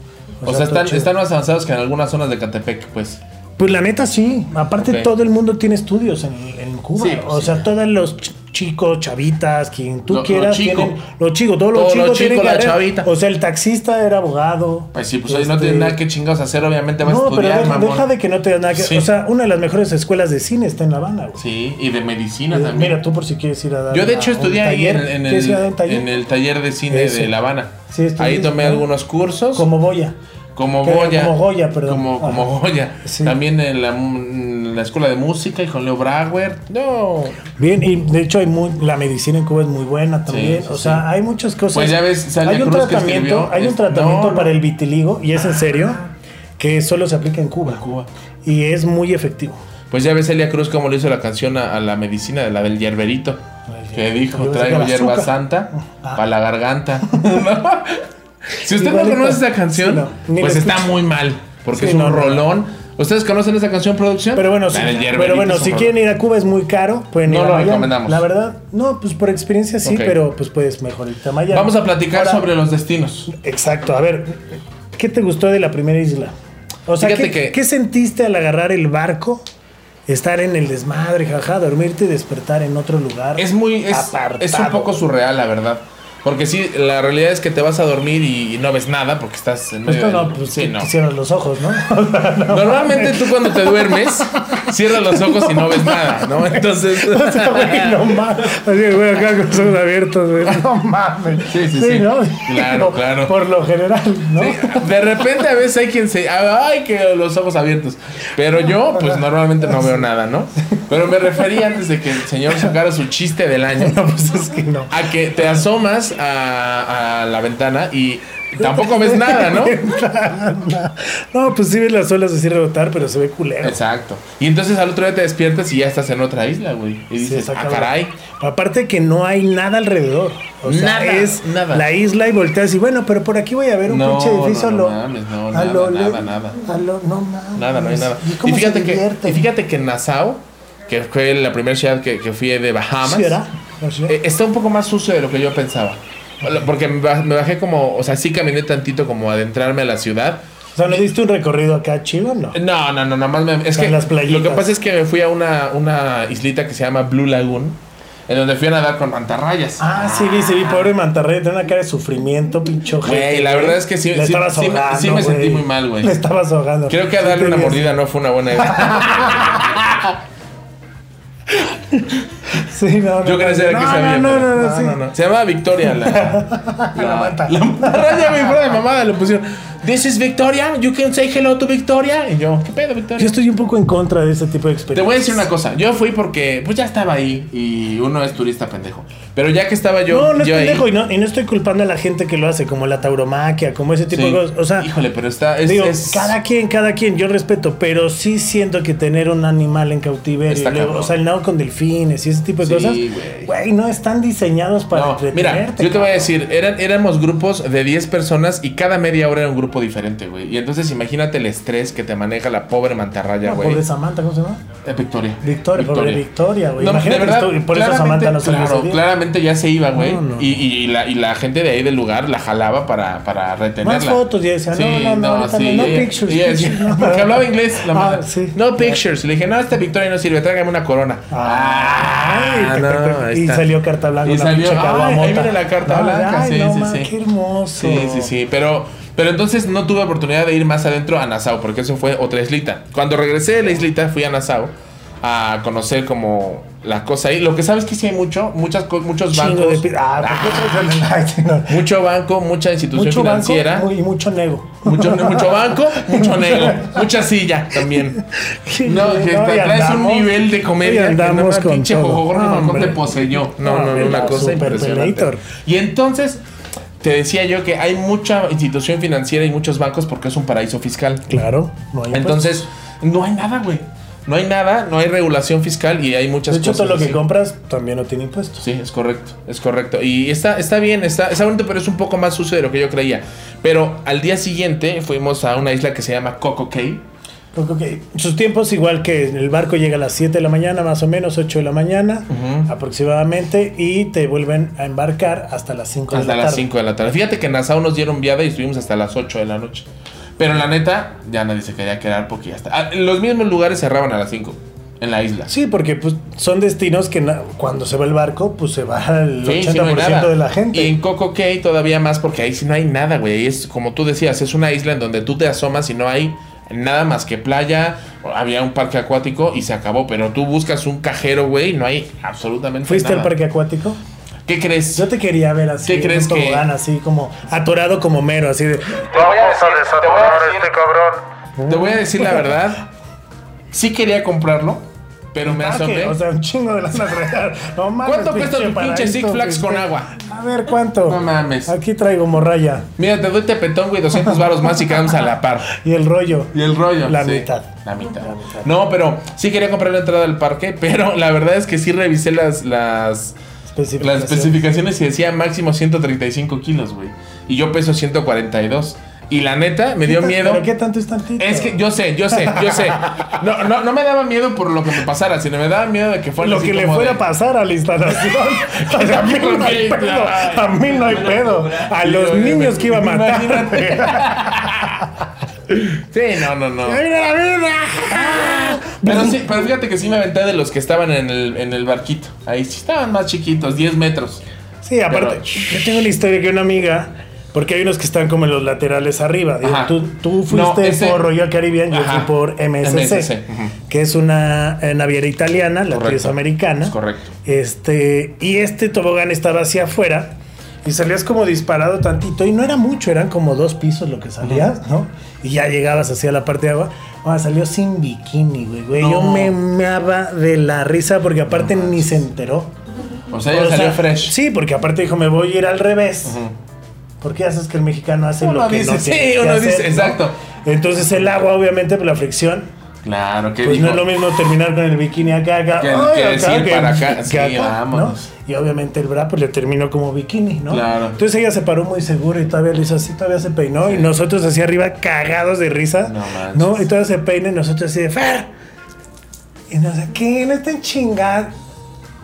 Speaker 1: O sea,
Speaker 2: todo
Speaker 1: están,
Speaker 2: chido.
Speaker 1: están más avanzados que en algunas zonas de Catepec, pues.
Speaker 2: Pues la neta sí. Aparte,
Speaker 1: Ok.
Speaker 2: todo el mundo tiene estudios en, en Cuba.
Speaker 1: Sí, pues
Speaker 2: o
Speaker 1: sí.
Speaker 2: sea, todos los ch- chicos, chavitas, quien tú
Speaker 1: Lo- lo
Speaker 2: quieras,
Speaker 1: chico.
Speaker 2: tienen. Los chicos, todos los
Speaker 1: Todo lo
Speaker 2: chicos
Speaker 1: chico,
Speaker 2: tienen
Speaker 1: la
Speaker 2: carrera.
Speaker 1: chavita.
Speaker 2: O sea, el taxista era abogado.
Speaker 1: Pues sí, pues ahí no
Speaker 2: Este,
Speaker 1: tiene nada que chingados hacer, obviamente vas a
Speaker 2: No, pero
Speaker 1: estudiar,
Speaker 2: deja,
Speaker 1: mamón.
Speaker 2: deja de que no te nada que.
Speaker 1: Sí.
Speaker 2: O sea, una de las mejores escuelas de cine está en La Habana, güey.
Speaker 1: Sí, y de medicina
Speaker 2: Mira,
Speaker 1: también.
Speaker 2: Eh, Mira, tú por si quieres ir a dar.
Speaker 1: Yo de
Speaker 2: a
Speaker 1: hecho
Speaker 2: un
Speaker 1: estudié ahí en,
Speaker 2: taller.
Speaker 1: en
Speaker 2: ¿Quieres
Speaker 1: el,
Speaker 2: ir a dar un taller?
Speaker 1: en el taller de cine de
Speaker 2: Ese.
Speaker 1: La Habana.
Speaker 2: Sí, estudié.
Speaker 1: ahí tomé
Speaker 2: Ah.
Speaker 1: algunos cursos.
Speaker 2: Como Boya.
Speaker 1: Como
Speaker 2: Que-
Speaker 1: Goya.
Speaker 2: como Goya, perdón.
Speaker 1: Como, como
Speaker 2: Ajá.
Speaker 1: Goya.
Speaker 2: Sí.
Speaker 1: También en la, en la escuela de música y con Leo Brauer. No.
Speaker 2: Bien, y de hecho hay muy, la medicina en Cuba es muy buena también.
Speaker 1: sí,
Speaker 2: o
Speaker 1: sí.
Speaker 2: sea, hay muchas cosas.
Speaker 1: Pues ya ves, Celia
Speaker 2: hay un
Speaker 1: Cruz que
Speaker 2: tratamiento,
Speaker 1: escribió,
Speaker 2: hay un
Speaker 1: es-
Speaker 2: tratamiento
Speaker 1: no,
Speaker 2: para
Speaker 1: no.
Speaker 2: el vitiligo y es en serio que solo se aplica en Cuba.
Speaker 1: Cuba.
Speaker 2: Y es muy efectivvo.
Speaker 1: Pues ya ves Celia Cruz como le hizo la canción a, a la medicina de la del hierberito. Que dijo,
Speaker 2: Yo pensé
Speaker 1: traigo
Speaker 2: que era
Speaker 1: hierba
Speaker 2: azúcar".
Speaker 1: santa
Speaker 2: Ah.
Speaker 1: para la garganta. si usted
Speaker 2: Igualita.
Speaker 1: no conoce esa canción,
Speaker 2: Sí, no, ni
Speaker 1: pues
Speaker 2: la
Speaker 1: está
Speaker 2: escucho.
Speaker 1: muy mal. Porque
Speaker 2: Sí,
Speaker 1: es un
Speaker 2: no, no, no.
Speaker 1: rolón. ¿Ustedes conocen esa canción, producción?
Speaker 2: Pero bueno,
Speaker 1: La
Speaker 2: si,
Speaker 1: del hierberito
Speaker 2: pero bueno,
Speaker 1: es un
Speaker 2: si
Speaker 1: rolón.
Speaker 2: quieren ir a Cuba es muy caro, pueden
Speaker 1: pues, No
Speaker 2: ir a
Speaker 1: lo
Speaker 2: Miami.
Speaker 1: recomendamos.
Speaker 2: La verdad, no, pues por experiencia sí,
Speaker 1: Ok.
Speaker 2: pero pues puedes mejor irte a Miami.
Speaker 1: Vamos a platicar
Speaker 2: Ahora,
Speaker 1: sobre los destinos.
Speaker 2: Exacto, a ver, ¿qué te gustó de la primera isla? O sea,
Speaker 1: Fíjate
Speaker 2: ¿qué,
Speaker 1: que-
Speaker 2: qué sentiste al agarrar el barco? Estar en el desmadre, jaja, dormirte y despertar en otro lugar.
Speaker 1: Es muy. Es,
Speaker 2: apartado.
Speaker 1: es un poco surreal, la verdad. Porque sí, la realidad es que te vas a dormir y, y no ves nada porque estás en medio
Speaker 2: Esto no,
Speaker 1: del-
Speaker 2: pues
Speaker 1: sí,
Speaker 2: te-
Speaker 1: no.
Speaker 2: te cierras los ojos, ¿no?
Speaker 1: Normalmente tú cuando te duermes, cierras los ojos y no ves nada, ¿no? Entonces.
Speaker 2: O sea, güey, no mames. Así, güey, acá con los ojos abiertos, güey. No mames.
Speaker 1: Sí, sí, sí. Claro,
Speaker 2: Por-
Speaker 1: claro.
Speaker 2: Por lo general, ¿no?
Speaker 1: de repente a veces hay quien se. ¡Ay, que los ojos abiertos! Pero yo, pues normalmente no veo nada, ¿no? Pero me refería antes de que el señor sacara su chiste del año.
Speaker 2: No, pues es que no.
Speaker 1: a que te asomas a, a la ventana y tampoco ves pues nada, ¿no?
Speaker 2: No, pues sí ves las olas así rebotar, pero se ve culero.
Speaker 1: Exacto. Y entonces al otro día te despiertas y ya estás en otra isla, güey. Y
Speaker 2: Sí,
Speaker 1: dices,
Speaker 2: está
Speaker 1: ah,
Speaker 2: cabrón.
Speaker 1: caray.
Speaker 2: Aparte que no hay nada alrededor. O sea,
Speaker 1: Nada,
Speaker 2: es
Speaker 1: nada.
Speaker 2: la isla y volteas y bueno, pero por aquí voy a ver un
Speaker 1: No,
Speaker 2: pinche edificio.
Speaker 1: no, no
Speaker 2: a lo-
Speaker 1: mames, no,
Speaker 2: a
Speaker 1: nada,
Speaker 2: lo
Speaker 1: nada,
Speaker 2: le-
Speaker 1: nada.
Speaker 2: a lo- no mames.
Speaker 1: Nada, no hay nada.
Speaker 2: ¿Y
Speaker 1: Y,
Speaker 2: cómo
Speaker 1: fíjate
Speaker 2: se
Speaker 1: que,
Speaker 2: divierten?
Speaker 1: y fíjate que en Nassau, que fue la primera ciudad que, que fui de Bahamas,
Speaker 2: ¿Sí era? ¿No sí era?
Speaker 1: eh, está un poco más sucio de lo que yo pensaba. Porque me ba- me bajé como, o sea, sí caminé tantito como adentrarme a la ciudad.
Speaker 2: o sea, ¿no diste un recorrido acá chido no?
Speaker 1: No, no, no, nada más me- es
Speaker 2: Con
Speaker 1: que
Speaker 2: las playitas.
Speaker 1: lo que pasa es que me fui a una, una islita que se llama Blue Lagoon, en donde fui a nadar con mantarrayas.
Speaker 2: Ah, sí, vi, sí, vi, pobre mantarraya, tiene una cara de sufrimiento, pincho.
Speaker 1: Güey,
Speaker 2: ojete,
Speaker 1: la
Speaker 2: güey.
Speaker 1: verdad es que sí-
Speaker 2: Le
Speaker 1: sí-
Speaker 2: estabas
Speaker 1: sí me-
Speaker 2: ahogando,
Speaker 1: sí me sentí
Speaker 2: güey.
Speaker 1: muy mal, güey.
Speaker 2: Le estabas ahogando.
Speaker 1: Creo que a
Speaker 2: Sí
Speaker 1: darle
Speaker 2: te
Speaker 1: una
Speaker 2: vi así.
Speaker 1: mordida no fue una buena idea.
Speaker 2: Sí, no, no.
Speaker 1: Yo quería ser el que
Speaker 2: no,
Speaker 1: sabía.
Speaker 2: No,
Speaker 1: pero-
Speaker 2: no, no, sí.
Speaker 1: Se llamaba Victoria la. La,
Speaker 2: manta.
Speaker 1: la mantarraya, güey, fuera de mamada, le pusieron. This is Victoria, you can say hello to Victoria. Y yo, ¿qué pedo,
Speaker 2: Yo
Speaker 1: Victoria?
Speaker 2: estoy un poco en contra de ese tipo de
Speaker 1: Te
Speaker 2: experiencias.
Speaker 1: voy a decir una cosa, yo fui porque pues ya estaba ahí y uno es turista pendejo. Pero ya que estaba yo,
Speaker 2: No, no es
Speaker 1: yo ahí-
Speaker 2: pendejo y no, y no estoy culpando a la gente que lo hace, como la tauromaquia, como ese tipo
Speaker 1: Sí.
Speaker 2: de cosas. O sea,
Speaker 1: híjole, pero está es,
Speaker 2: digo,
Speaker 1: es-
Speaker 2: cada quien, cada quien, yo respeto, pero sí siento que tener un animal en cautiverio,
Speaker 1: Está
Speaker 2: y luego,
Speaker 1: cabrón.
Speaker 2: o sea, el nado con delfines y ese tipo de
Speaker 1: Sí,
Speaker 2: cosas,
Speaker 1: güey.
Speaker 2: güey, no están diseñados para
Speaker 1: No, mira,
Speaker 2: entretenerte.
Speaker 1: yo te voy a
Speaker 2: cabrón.
Speaker 1: decir, eran, éramos grupos de 10 personas y cada media hora era un grupo diferente, güey. Y entonces imagínate el estrés que te maneja la pobre mantarraya,
Speaker 2: Ah,
Speaker 1: güey.
Speaker 2: Pobre Samantha, ¿cómo se llama?
Speaker 1: Eh, Victoria.
Speaker 2: Victoria, pobre Victoria, güey.
Speaker 1: No,
Speaker 2: Imagínate,
Speaker 1: de verdad,
Speaker 2: esto- y por eso
Speaker 1: claramente-
Speaker 2: Samantha no se le
Speaker 1: claro,
Speaker 2: hizo bien.
Speaker 1: claramente ya se iba, güey.
Speaker 2: No, no.
Speaker 1: y, y- y la, y la gente de ahí del lugar la jalaba para, para retenerla.
Speaker 2: Más fotos, ya decía, no, no, no, ahorita no, no
Speaker 1: ella-
Speaker 2: pictures,
Speaker 1: ella
Speaker 2: pictures,
Speaker 1: decía-
Speaker 2: no.
Speaker 1: Porque hablaba inglés, la
Speaker 2: Ah,
Speaker 1: madre.
Speaker 2: sí.
Speaker 1: No pictures. Le dije, no, esta Victoria no sirve, tráigame una corona.
Speaker 2: Ay,
Speaker 1: Ah,
Speaker 2: te- te-
Speaker 1: no,
Speaker 2: te-
Speaker 1: ahí
Speaker 2: y
Speaker 1: está.
Speaker 2: salió carta blanca.
Speaker 1: Y
Speaker 2: una
Speaker 1: salió,
Speaker 2: pinche
Speaker 1: ay,
Speaker 2: caguamota.
Speaker 1: ahí viene la carta blanca,
Speaker 2: ay,
Speaker 1: sí,
Speaker 2: no,
Speaker 1: sí,
Speaker 2: ma,
Speaker 1: sí.
Speaker 2: Qué hermoso.
Speaker 1: Sí, sí, sí. Pero, pero entonces no tuve oportunidad de ir más adentro a Nassau, porque eso fue otra islita. Cuando regresé de la islita, fui a Nassau a conocer como la cosa ahí. Lo que sabes que sí hay mucho, muchas, co- muchos
Speaker 2: Chingo de
Speaker 1: bancos.
Speaker 2: pi- Ah, ¿por qué te- ay, sí, no.
Speaker 1: Mucho banco, mucha institución
Speaker 2: Mucho banco
Speaker 1: financiera.
Speaker 2: y mucho nego.
Speaker 1: mucho, mucho banco, mucho negro, mucha silla también. No, que
Speaker 2: y
Speaker 1: traes
Speaker 2: andamos-
Speaker 1: un nivel de
Speaker 2: y
Speaker 1: comedia que
Speaker 2: andamos
Speaker 1: nada más
Speaker 2: con
Speaker 1: pinche
Speaker 2: todo.
Speaker 1: Jorge
Speaker 2: No,
Speaker 1: Falcón
Speaker 2: hombre.
Speaker 1: te poseyó. No, no,
Speaker 2: No,
Speaker 1: no, una
Speaker 2: el
Speaker 1: cosa
Speaker 2: Super
Speaker 1: impresionante.
Speaker 2: Terminator.
Speaker 1: Y entonces te decía yo que hay mucha institución financiera y muchos bancos porque es un paraíso fiscal.
Speaker 2: Claro. pues, No hay
Speaker 1: Entonces, no hay nada, güey. No hay nada, no hay regulación fiscal y hay muchas
Speaker 2: impuestos. de hecho,
Speaker 1: cosas.
Speaker 2: todo lo que
Speaker 1: así.
Speaker 2: compras también no tiene impuestos.
Speaker 1: Sí, es correcto, es correcto. Y está, está bien, está, está bonito, pero es un poco más sucio de lo que yo creía. Pero al día siguiente fuimos a una isla que se llama Coco Cay.
Speaker 2: Ok, ok. Sus tiempos igual que el barco llega a las 7 de la mañana, más o menos 8 de la mañana
Speaker 1: Ujú.
Speaker 2: aproximadamente, y te vuelven a embarcar hasta las 5 de la
Speaker 1: Hasta
Speaker 2: tarde.
Speaker 1: las 5 de la tarde. Fíjate que en Nassau nos dieron viada y estuvimos hasta las 8 de la noche. Pero la neta, ya nadie se quería quedar porque ya está. Ah, Los mismos lugares cerraban a las 5 en la isla.
Speaker 2: Sí, porque pues, son destinos que na- cuando se va el barco, pues se va el
Speaker 1: Sí,
Speaker 2: 80%
Speaker 1: sí, no hay nada.
Speaker 2: de la gente.
Speaker 1: Y en Coco Cay todavía más porque ahí sí no hay nada, güey. Ahí Es como tú decías, es una isla en donde tú te asomas y no hay nada más que playa. Había un parque acuático y se acabó. Pero tú buscas un cajero, güey, y no hay absolutamente
Speaker 2: ¿Fuiste
Speaker 1: nada.
Speaker 2: al parque acuático?
Speaker 1: ¿Qué crees?
Speaker 2: Yo te quería ver así,
Speaker 1: ¿Qué
Speaker 2: en
Speaker 1: crees
Speaker 2: un
Speaker 1: que-
Speaker 2: tobogán, así como atorado como mero, así de...
Speaker 3: Te voy a decir, te voy a decir-
Speaker 2: Oh.
Speaker 1: Te voy a decir la verdad. Sí quería comprarlo, pero me
Speaker 2: Ah, que,
Speaker 1: asomé.
Speaker 2: O sea, un chingo de lana real. No mames,
Speaker 1: ¿Cuánto cuesta tu
Speaker 2: para
Speaker 1: pinche Six
Speaker 2: esto,
Speaker 1: Flags con
Speaker 2: pinche?
Speaker 1: agua?
Speaker 2: A ver, ¿cuánto?
Speaker 1: No mames.
Speaker 2: Aquí traigo morraya
Speaker 1: Mira, te doy tepetón, güey, 200 varos más y quedamos a la par.
Speaker 2: y el rollo.
Speaker 1: Y el rollo.
Speaker 2: La mitad.
Speaker 1: La mitad. No, pero sí quería comprar la entrada al parque, pero la verdad es que sí revisé las, las, las
Speaker 2: Especificación.
Speaker 1: especificaciones y decía máximo 135 kilos, güey. Y yo peso 142. Y la neta, me dio miedo.
Speaker 2: ¿Pero qué tanto es tantito?
Speaker 1: Es que yo sé, yo sé, yo sé. No, no, no me daba miedo por lo que me pasara, sino me daba miedo de que fuera
Speaker 2: Lo
Speaker 1: así
Speaker 2: que le
Speaker 1: como
Speaker 2: fuera
Speaker 1: de-
Speaker 2: a pasar a la instalación. O sea, a mí no hay pedo. A mí no hay pedo. A los niños que iba a matar.
Speaker 1: Imagínate. Sí, no, no, no.
Speaker 2: ¡Mira la vida!
Speaker 1: Pero sí, pero fíjate que sí me aventé de los que estaban en el, en el barquito. Ahí sí estaban más chiquitos, 10 metros.
Speaker 2: Sí, aparte,
Speaker 1: Pero-
Speaker 2: yo tengo la historia que una amiga, porque hay unos que están como en los laterales arriba. Digo,
Speaker 1: Ajá.
Speaker 2: tú, tú fuiste
Speaker 1: No, ese-
Speaker 2: por Royal Caribbean, yo fui
Speaker 1: Ajá.
Speaker 2: por MSC,
Speaker 1: MSC, ujú.
Speaker 2: que es una eh, naviera italiana, la tuya es
Speaker 1: Correcto.
Speaker 2: americana.
Speaker 1: Es correcto.
Speaker 2: Este, y este tobogán estaba hacia afuera y salías como disparado tantito y no era mucho, eran como dos pisos lo que salías, ¿no? Y ya llegabas hacia la parte de agua. Ah, salió sin bikini, güey, güey. Yo
Speaker 1: No.
Speaker 2: me meaba de la risa porque aparte ni se enteró.
Speaker 1: O sea, ya
Speaker 2: O sea,
Speaker 1: salió fresh.
Speaker 2: Sí, porque aparte dijo, me voy a ir al revés. ¿Por qué haces que el mexicano hace
Speaker 1: Uno
Speaker 2: lo que
Speaker 1: dice,
Speaker 2: no
Speaker 1: sí,
Speaker 2: tiene que
Speaker 1: uno
Speaker 2: hacer,
Speaker 1: dice,
Speaker 2: ¿no?
Speaker 1: exacto.
Speaker 2: Entonces el agua, obviamente, por la fricción,
Speaker 1: Claro, que
Speaker 2: pues no es lo mismo terminar con el bikini acá, acá,
Speaker 1: Que-
Speaker 2: ay,
Speaker 1: que
Speaker 2: acá,
Speaker 1: decir
Speaker 2: que-
Speaker 1: para acá,
Speaker 2: que
Speaker 1: sí, vámonos.
Speaker 2: ¿no? Y obviamente el bra pues le terminó como bikini, ¿no?
Speaker 1: Claro.
Speaker 2: Entonces ella se paró muy segura y todavía le hizo así, todavía se peinó y nosotros así arriba cagados de risa,
Speaker 1: No manches.
Speaker 2: ¿no? Y todavía se peina y nosotros así de Fer. Y no sé, ¿qué? No están chingados.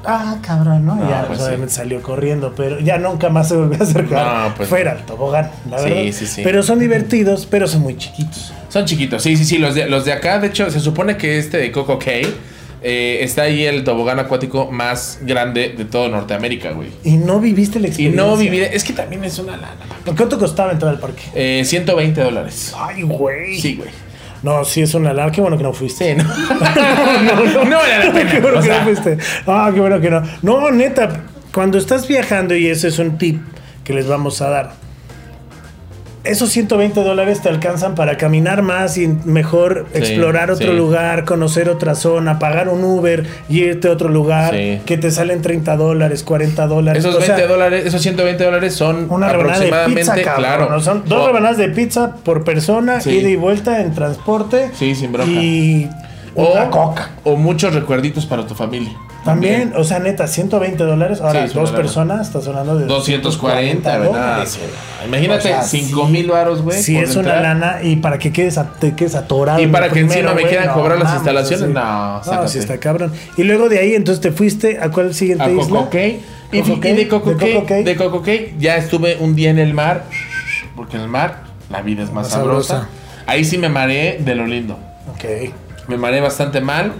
Speaker 2: Ah, cabrón, ¿no?
Speaker 1: No,
Speaker 2: ya,
Speaker 1: pues
Speaker 2: pues,
Speaker 1: sí.
Speaker 2: obviamente salió corriendo, pero ya nunca más se volvió a acercar.
Speaker 1: No, pues
Speaker 2: Fuera al tobogán, la
Speaker 1: Sí,
Speaker 2: verdad.
Speaker 1: sí, sí.
Speaker 2: Pero son divertidos, pero son muy chiquitos.
Speaker 1: Son chiquitos, sí, sí, sí. Los de, los de acá, de hecho, se supone que este de Coco Cay eh, está ahí el tobogán acuático más grande de todo Norteamérica, güey.
Speaker 2: Y no viviste la
Speaker 1: Y
Speaker 2: experiencia.
Speaker 1: no viví. Es que también es una lana.
Speaker 2: ¿Cuánto costaba entrar al parque?
Speaker 1: Eh, 120 dólares.
Speaker 2: Ay, güey.
Speaker 1: Sí, güey.
Speaker 2: No, sí es una larga. Qué bueno que no fuiste.
Speaker 1: Sí, no. no, no, no era la
Speaker 2: qué
Speaker 1: pena.
Speaker 2: bueno
Speaker 1: o
Speaker 2: que
Speaker 1: sea,
Speaker 2: no fuiste. Ah, qué bueno que no. No, neta, cuando estás viajando, y ese es un tip que les vamos a dar. Esos 120 dólares te alcanzan para caminar más y mejor
Speaker 1: Sí,
Speaker 2: explorar otro
Speaker 1: sí.
Speaker 2: lugar, conocer otra zona, pagar un Uber, y irte a otro lugar,
Speaker 1: Sí.
Speaker 2: que te salen 30 dólares, 40 dólares.
Speaker 1: Esos
Speaker 2: O sea,
Speaker 1: 20 dólares, esos 120 dólares son
Speaker 2: Una rebanada de
Speaker 1: aproximadamente,
Speaker 2: pizza, cabrón.
Speaker 1: claro.
Speaker 2: ¿no? Son dos
Speaker 1: o-
Speaker 2: rebanadas de pizza por persona,
Speaker 1: Sí.
Speaker 2: ida y vuelta en transporte.
Speaker 1: Sí, sin bronca.
Speaker 2: Y
Speaker 1: o,
Speaker 2: una coca.
Speaker 1: O muchos recuerditos para tu familia.
Speaker 2: También, o sea, neta, 120 dólares. Ahora,
Speaker 1: Sí, es una
Speaker 2: dos
Speaker 1: lana.
Speaker 2: personas, estás hablando de
Speaker 1: 240, ¿verdad?
Speaker 2: dólares.
Speaker 1: Imagínate,
Speaker 2: O sea,
Speaker 1: 5
Speaker 2: sí.
Speaker 1: mil varos, güey.
Speaker 2: Sí,
Speaker 1: por
Speaker 2: es una
Speaker 1: entrar.
Speaker 2: lana y para que quedes a- te quedes atorado.
Speaker 1: Y
Speaker 2: en lo
Speaker 1: para que encima me
Speaker 2: güey,
Speaker 1: quieran cobrar las
Speaker 2: mames,
Speaker 1: instalaciones,
Speaker 2: así.
Speaker 1: no,
Speaker 2: No,
Speaker 1: sácate.
Speaker 2: sí está cabrón. Y luego de ahí, entonces te fuiste a cuál siguiente
Speaker 1: A
Speaker 2: este isla?
Speaker 1: Coco Cay. Y,
Speaker 2: Coco
Speaker 1: fi-
Speaker 2: Cay,
Speaker 1: y de Coco
Speaker 2: de Coco
Speaker 1: Cay,
Speaker 2: Cay.
Speaker 1: de Coco Cay, ya estuve un día en el mar, porque en el mar la vida es más,
Speaker 2: Más
Speaker 1: sabrosa.
Speaker 2: sabrosa.
Speaker 1: Ahí sí me mareé de lo lindo.
Speaker 2: Ok.
Speaker 1: Me mareé bastante mal.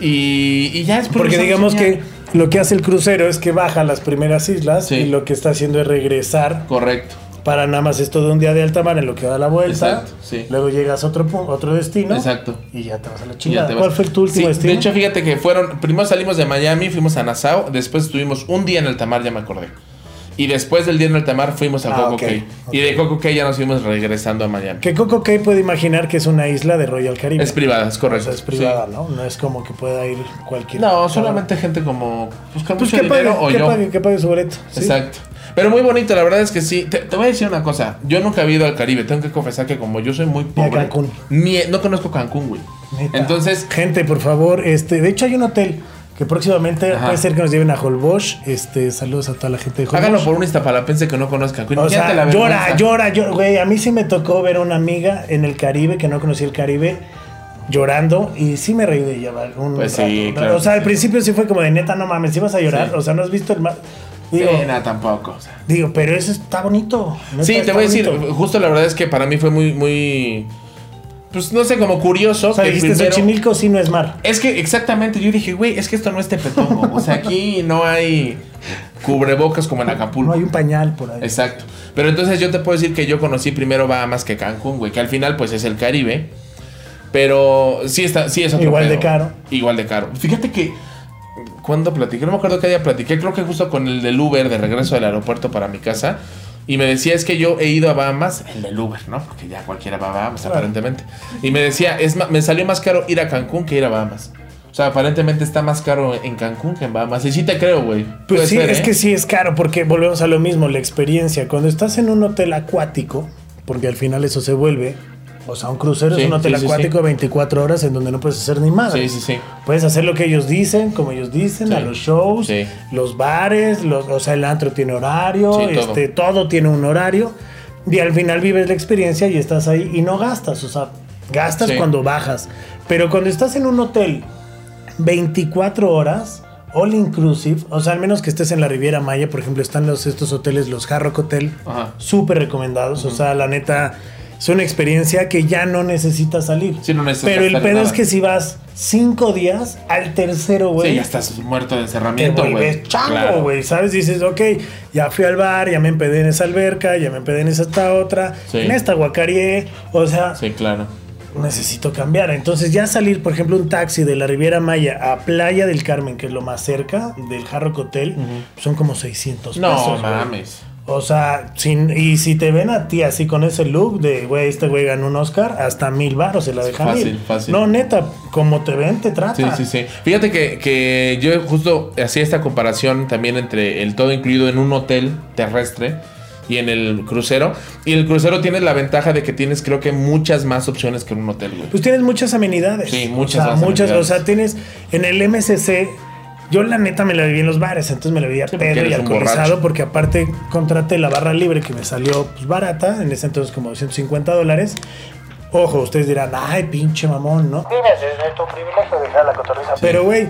Speaker 1: Y, y ya después.
Speaker 2: Porque
Speaker 1: nos
Speaker 2: digamos que
Speaker 1: enseñaron.
Speaker 2: lo que hace el crucero es que baja a las primeras islas
Speaker 1: Sí.
Speaker 2: y lo que está haciendo es regresar
Speaker 1: Correcto.
Speaker 2: para nada más esto de un día de alta mar en lo que da la vuelta.
Speaker 1: Exacto, sí.
Speaker 2: Luego llegas a otro, pu- otro destino.
Speaker 1: Exacto.
Speaker 2: Y ya te vas a la
Speaker 1: Y ya
Speaker 2: chingada.
Speaker 1: te vas.
Speaker 2: ¿Cuál fue tu último
Speaker 1: Sí,
Speaker 2: destino?
Speaker 1: De hecho, fíjate que fueron. Primero salimos de Miami, fuimos a Nassau. Después estuvimos un día en Altamar, ya me acordé. Y después del día en Altamar fuimos a
Speaker 2: Ah,
Speaker 1: Coco
Speaker 2: ok,
Speaker 1: Cay.
Speaker 2: ok.
Speaker 1: Y de Coco Cay ya nos fuimos regresando a Miami.
Speaker 2: que Coco Cay puede imaginar que es una isla de Royal Caribe.
Speaker 1: Es privada, es
Speaker 2: O
Speaker 1: correcto.
Speaker 2: sea, es
Speaker 1: sí.
Speaker 2: privada, ¿no? No es como que pueda ir cualquier.
Speaker 1: No, solamente gente como. Pues con
Speaker 2: Pues
Speaker 1: mucho
Speaker 2: que pague,
Speaker 1: dinero o
Speaker 2: que
Speaker 1: yo.
Speaker 2: pague, que pague su boleto. ¿sí?
Speaker 1: Exacto. Pero muy bonito, la verdad es que sí. Te, te voy a decir una cosa. Yo nunca había ido al Caribe. Tengo que confesar que como yo soy muy
Speaker 2: Ni a
Speaker 1: pobre.
Speaker 2: Cancún.
Speaker 1: ni- no conozco Cancún, güey.
Speaker 2: Neta.
Speaker 1: Entonces,
Speaker 2: gente, por favor, este, de hecho hay un hotel que próximamente
Speaker 1: Ajá.
Speaker 2: puede ser que nos lleven a Holbox. Este, saludos a toda la gente de Holbox.
Speaker 1: háganlo por un iztapalapense que no conozca Cancún.
Speaker 2: O sea,
Speaker 1: Imagínate la
Speaker 2: llora,
Speaker 1: vergüenza.
Speaker 2: llora, llora. Güey, a mí sí me tocó ver a una amiga en el Caribe, que no conocía el Caribe, llorando. Y sí me reí de ella. ¿vale? Un
Speaker 1: Pues
Speaker 2: rato,
Speaker 1: sí,
Speaker 2: ¿no?
Speaker 1: claro
Speaker 2: O sea,
Speaker 1: que
Speaker 2: al principio sí fue como de neta, no mames, ibas a llorar.
Speaker 1: Sí.
Speaker 2: O sea, no has visto el mar. Digo,
Speaker 1: Sí, no, tampoco. o sea.
Speaker 2: digo, pero eso está bonito. neta,
Speaker 1: Sí, te
Speaker 2: está
Speaker 1: voy a decir,
Speaker 2: bonito.
Speaker 1: justo la verdad es que para mí fue muy, muy. Pues no sé, como curioso.
Speaker 2: O sea,
Speaker 1: que
Speaker 2: dijiste
Speaker 1: primero-
Speaker 2: Xochimilco sí no es mar.
Speaker 1: Es que exactamente, yo dije, güey, es que esto no es Tepetongo. O sea, aquí no hay cubrebocas como en
Speaker 2: No
Speaker 1: Acapulco.
Speaker 2: hay un pañal por ahí.
Speaker 1: Exacto. Pero entonces yo te puedo decir que yo conocí primero Bahamas que Cancún, güey, que al final pues es el Caribe. Pero sí está, sí es otro
Speaker 2: Igual de
Speaker 1: pedo.
Speaker 2: caro.
Speaker 1: Igual de caro. Fíjate que cuando platiqué, no me acuerdo qué día platiqué, creo que justo con el del Uber de regreso del aeropuerto para mi casa. Y me decía, es que yo he ido a Bahamas, el del Uber, ¿no? Porque ya cualquiera va a Bahamas,
Speaker 2: Claro.
Speaker 1: aparentemente. Y me decía, es ma- me salió más caro ir a Cancún que ir a Bahamas. O sea, aparentemente está más caro en Cancún que en Bahamas. Y sí te creo, güey. Puede
Speaker 2: Pues sí,
Speaker 1: ser,
Speaker 2: es
Speaker 1: ¿eh?
Speaker 2: que sí es caro, porque volvemos a lo mismo, la experiencia. Cuando estás en un hotel acuático, porque al final eso se vuelve, o sea, un crucero
Speaker 1: Sí,
Speaker 2: es un hotel
Speaker 1: sí, sí,
Speaker 2: acuático 24 horas en donde no puedes hacer ni
Speaker 1: Sí,
Speaker 2: madre.
Speaker 1: sí, sí.
Speaker 2: Puedes hacer lo que ellos dicen, como ellos dicen,
Speaker 1: Sí.
Speaker 2: a los shows,
Speaker 1: Sí.
Speaker 2: los bares, los, o sea, el antro tiene horario,
Speaker 1: Sí, todo.
Speaker 2: este, todo tiene un horario. Y al final vives la experiencia y estás ahí y no gastas, o sea, gastas
Speaker 1: Sí.
Speaker 2: cuando bajas. Pero cuando estás en un hotel 24 horas, all inclusive, o sea, al menos que estés en la Riviera Maya, por ejemplo, están los, estos hoteles, los Hard Rock Hotel,
Speaker 1: Ajá.
Speaker 2: súper recomendados, o sea, la neta, es una experiencia que ya no necesitas salir.
Speaker 1: Sí, no necesitas
Speaker 2: Pero el
Speaker 1: gastar
Speaker 2: pedo
Speaker 1: nada.
Speaker 2: es que si vas cinco días al tercero, güey.
Speaker 1: Sí, ya estás muerto de
Speaker 2: Te
Speaker 1: encerramiento, güey.
Speaker 2: vuelves chango,
Speaker 1: Claro.
Speaker 2: güey, ¿sabes? Dices, ok, ya fui al bar, ya me empedé en esa alberca, ya me empedé en esa esta otra,
Speaker 1: Sí.
Speaker 2: en esta guacareé, o sea,
Speaker 1: Sí, claro.
Speaker 2: necesito cambiar. Entonces ya salir, por ejemplo, un taxi de la Riviera Maya a Playa del Carmen, que es lo más cerca del Harrock Hotel, son como 600
Speaker 1: No
Speaker 2: pesos. Pues güey.
Speaker 1: mames.
Speaker 2: O sea, sin, y si te ven a ti así con ese look de, güey, este güey ganó un Oscar, hasta mil baros se la dejan
Speaker 1: Fácil,
Speaker 2: ir.
Speaker 1: fácil.
Speaker 2: No, neta, como te ven, te
Speaker 1: Sí,
Speaker 2: tratan.
Speaker 1: sí, sí. Fíjate que, que yo justo hacía esta comparación también entre el todo incluido en un hotel terrestre y en el crucero. Y el crucero tiene la ventaja de que tienes, creo que, muchas más opciones que en un hotel, güey.
Speaker 2: Pues tienes muchas amenidades.
Speaker 1: Sí, muchas
Speaker 2: O sea,
Speaker 1: más
Speaker 2: muchas,
Speaker 1: amenidades.
Speaker 2: o sea, tienes en el MSC. Yo la neta me la viví en los bares, entonces me la viví a
Speaker 1: Sí, porque
Speaker 2: pedo y
Speaker 1: eres un
Speaker 2: alcoholizado
Speaker 1: borracho.
Speaker 2: porque aparte contraté la barra libre que me salió pues, barata, en ese entonces como 250 dólares. Ojo, ustedes dirán, ay, pinche mamón, ¿no?
Speaker 3: Tienes desde tu privilegio dejar la cotorriza.
Speaker 2: Pero, güey,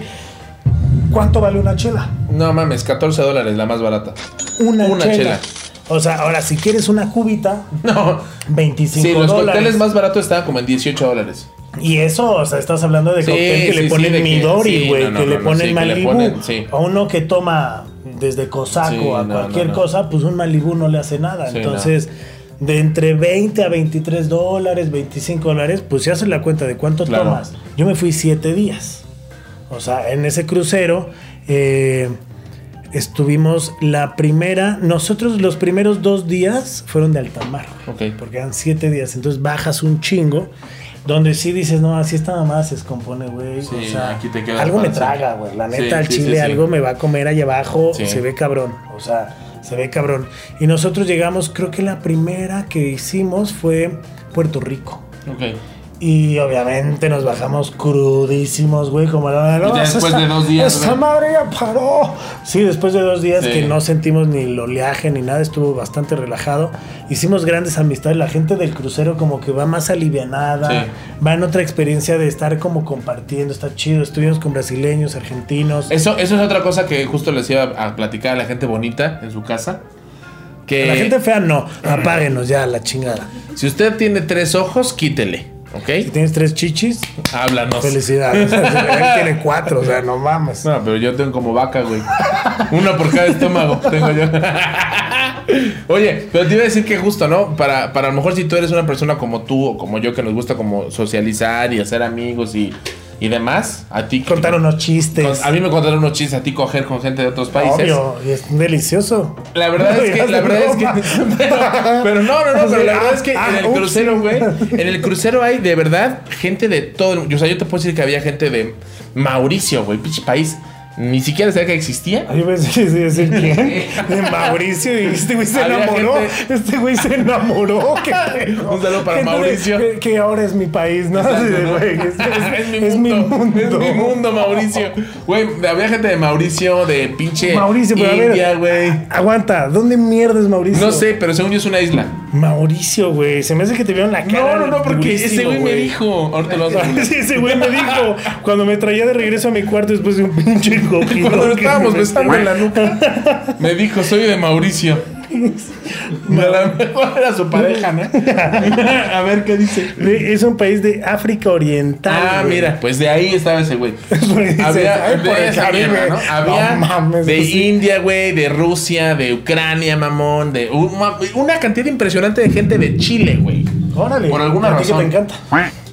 Speaker 2: ¿cuánto vale una chela?
Speaker 1: No mames, 14 dólares, la más barata.
Speaker 2: Una,
Speaker 1: Una
Speaker 2: chela.
Speaker 1: chela.
Speaker 2: O sea, ahora si quieres una cubita,
Speaker 1: No.
Speaker 2: 25
Speaker 1: Sí, los
Speaker 2: dólares.
Speaker 1: cócteles más baratos estaban como en 18 dólares.
Speaker 2: Y eso, o sea, estás hablando de
Speaker 1: Sí,
Speaker 2: cóctel que
Speaker 1: sí,
Speaker 2: le
Speaker 1: sí,
Speaker 2: ponen
Speaker 1: de que-
Speaker 2: Midori,
Speaker 1: sí,
Speaker 2: güey,
Speaker 1: no, no,
Speaker 2: que le
Speaker 1: no, no,
Speaker 2: ponen
Speaker 1: sí, que le
Speaker 2: Malibu.
Speaker 1: ponen, sí.
Speaker 2: A uno que toma desde cosaco
Speaker 1: Sí,
Speaker 2: a
Speaker 1: no, no,
Speaker 2: cualquier
Speaker 1: no.
Speaker 2: cosa, pues un Malibu no le hace nada.
Speaker 1: Sí,
Speaker 2: Entonces, de entre 20 a 23 dólares, 25 dólares, pues si haces la cuenta de cuánto
Speaker 1: Claro.
Speaker 2: tomas. Yo me fui 7 días. O sea, en ese crucero eh, estuvimos la primera, nosotros los primeros dos días fueron de alta mar.
Speaker 1: Ok.
Speaker 2: Porque eran siete días, entonces bajas un chingo. Donde sí dices, no, así esta mamá se descompone, güey.
Speaker 1: Sí,
Speaker 2: o sea,
Speaker 1: aquí te quedas
Speaker 2: algo me
Speaker 1: para siempre.
Speaker 2: traga, güey. La
Speaker 1: Sí,
Speaker 2: neta, al
Speaker 1: sí,
Speaker 2: chile
Speaker 1: sí, sí.
Speaker 2: algo me va a comer allá abajo.
Speaker 1: Sí.
Speaker 2: Se ve cabrón. O sea, se ve cabrón. Y nosotros llegamos, creo que la primera que hicimos fue Puerto Rico.
Speaker 1: Ok.
Speaker 2: Y obviamente nos bajamos crudísimos, güey, como la
Speaker 1: Y ya después de dos días,
Speaker 2: ¡Esta
Speaker 1: güey.
Speaker 2: madre ya paró! Sí, después de dos días
Speaker 1: Sí.
Speaker 2: que no sentimos ni el oleaje ni nada, estuvo bastante relajado. Hicimos grandes amistades. La gente del crucero, como que va más alivianada,
Speaker 1: Sí.
Speaker 2: va en otra experiencia de estar como compartiendo, está chido. Estuvimos con brasileños, argentinos.
Speaker 1: Eso, eso es otra cosa que justo les iba a platicar a la gente bonita en su casa. Que
Speaker 2: la gente fea, no, apáguenos ya, la chingada.
Speaker 1: si usted tiene tres ojos, quítele,
Speaker 2: Si
Speaker 1: ¿ok?
Speaker 2: tienes tres chichis,
Speaker 1: Háblanos.
Speaker 2: felicidades. Él tiene cuatro, o sea, no mames.
Speaker 1: No, pero yo tengo como vaca, güey. Una por cada estómago tengo yo. Oye, pero te iba a decir que justo, ¿no? Para, para a lo mejor si tú eres una persona como tú o como yo que nos gusta como socializar y hacer amigos y, y demás, a ti...
Speaker 2: Contar unos chistes.
Speaker 1: con- A mí me contaron unos chistes, a ti coger con gente de otros países.
Speaker 2: Obvio, y es delicioso.
Speaker 1: La verdad es que, la verdad es que, pero, pero no, no, no, pero la verdad es que en el crucero, güey, en el crucero hay de verdad gente de todo, el mundo. o sea, yo te puedo decir que había gente de Mauricio, güey, pinche país, ni siquiera sabía que existía.
Speaker 2: Yo pensé que se iba a decir quién. De Mauricio. Y este güey se
Speaker 1: Había
Speaker 2: enamoró.
Speaker 1: gente-
Speaker 2: Este güey se enamoró. qué pedo.
Speaker 1: Un saludo para
Speaker 2: Gente de-
Speaker 1: Mauricio.
Speaker 2: Que, que ahora es mi país, ¿no?
Speaker 1: Exacto,
Speaker 2: Así de,
Speaker 1: ¿no?
Speaker 2: güey,
Speaker 1: es,
Speaker 2: es,
Speaker 1: mi
Speaker 2: es mi mundo.
Speaker 1: es mi mundo, Mauricio. Güey, había gente de Mauricio, de pinche
Speaker 2: Mauricio, pero a
Speaker 1: India,
Speaker 2: ver.
Speaker 1: güey.
Speaker 2: Aguanta, ¿dónde mierda es Mauricio?
Speaker 1: No sé, pero según yo es una isla.
Speaker 2: Mauricio, güey. Se me hace que te vieron la cara.
Speaker 1: No, no, no, porque
Speaker 2: durísimo,
Speaker 1: ese güey me dijo. Ahorita lo vas a ver.
Speaker 2: Sí, ese güey me dijo cuando me traía de regreso a mi cuarto después de un pinche cogido.
Speaker 1: Cuando nos
Speaker 2: que
Speaker 1: estábamos
Speaker 2: me
Speaker 1: besando en la nuca, me dijo, soy de Mauricio. A lo mejor era su pareja, ¿no? A ver qué dice.
Speaker 2: De- Es un país de África Oriental.
Speaker 1: Ah,
Speaker 2: güey.
Speaker 1: mira, pues de ahí estaba ese güey.
Speaker 2: Dices,
Speaker 1: Había,
Speaker 2: "Ay, por
Speaker 1: de
Speaker 2: el
Speaker 1: esa
Speaker 2: Caribe".
Speaker 1: mierda, ¿no? Había
Speaker 2: No mames,
Speaker 1: de
Speaker 2: pues sí.
Speaker 1: India, güey, de Rusia, de Ucrania, mamón, de una, una cantidad impresionante de gente de Chile, güey.
Speaker 2: Órale.
Speaker 1: Por alguna
Speaker 2: a ti
Speaker 1: razón.
Speaker 2: que te encanta.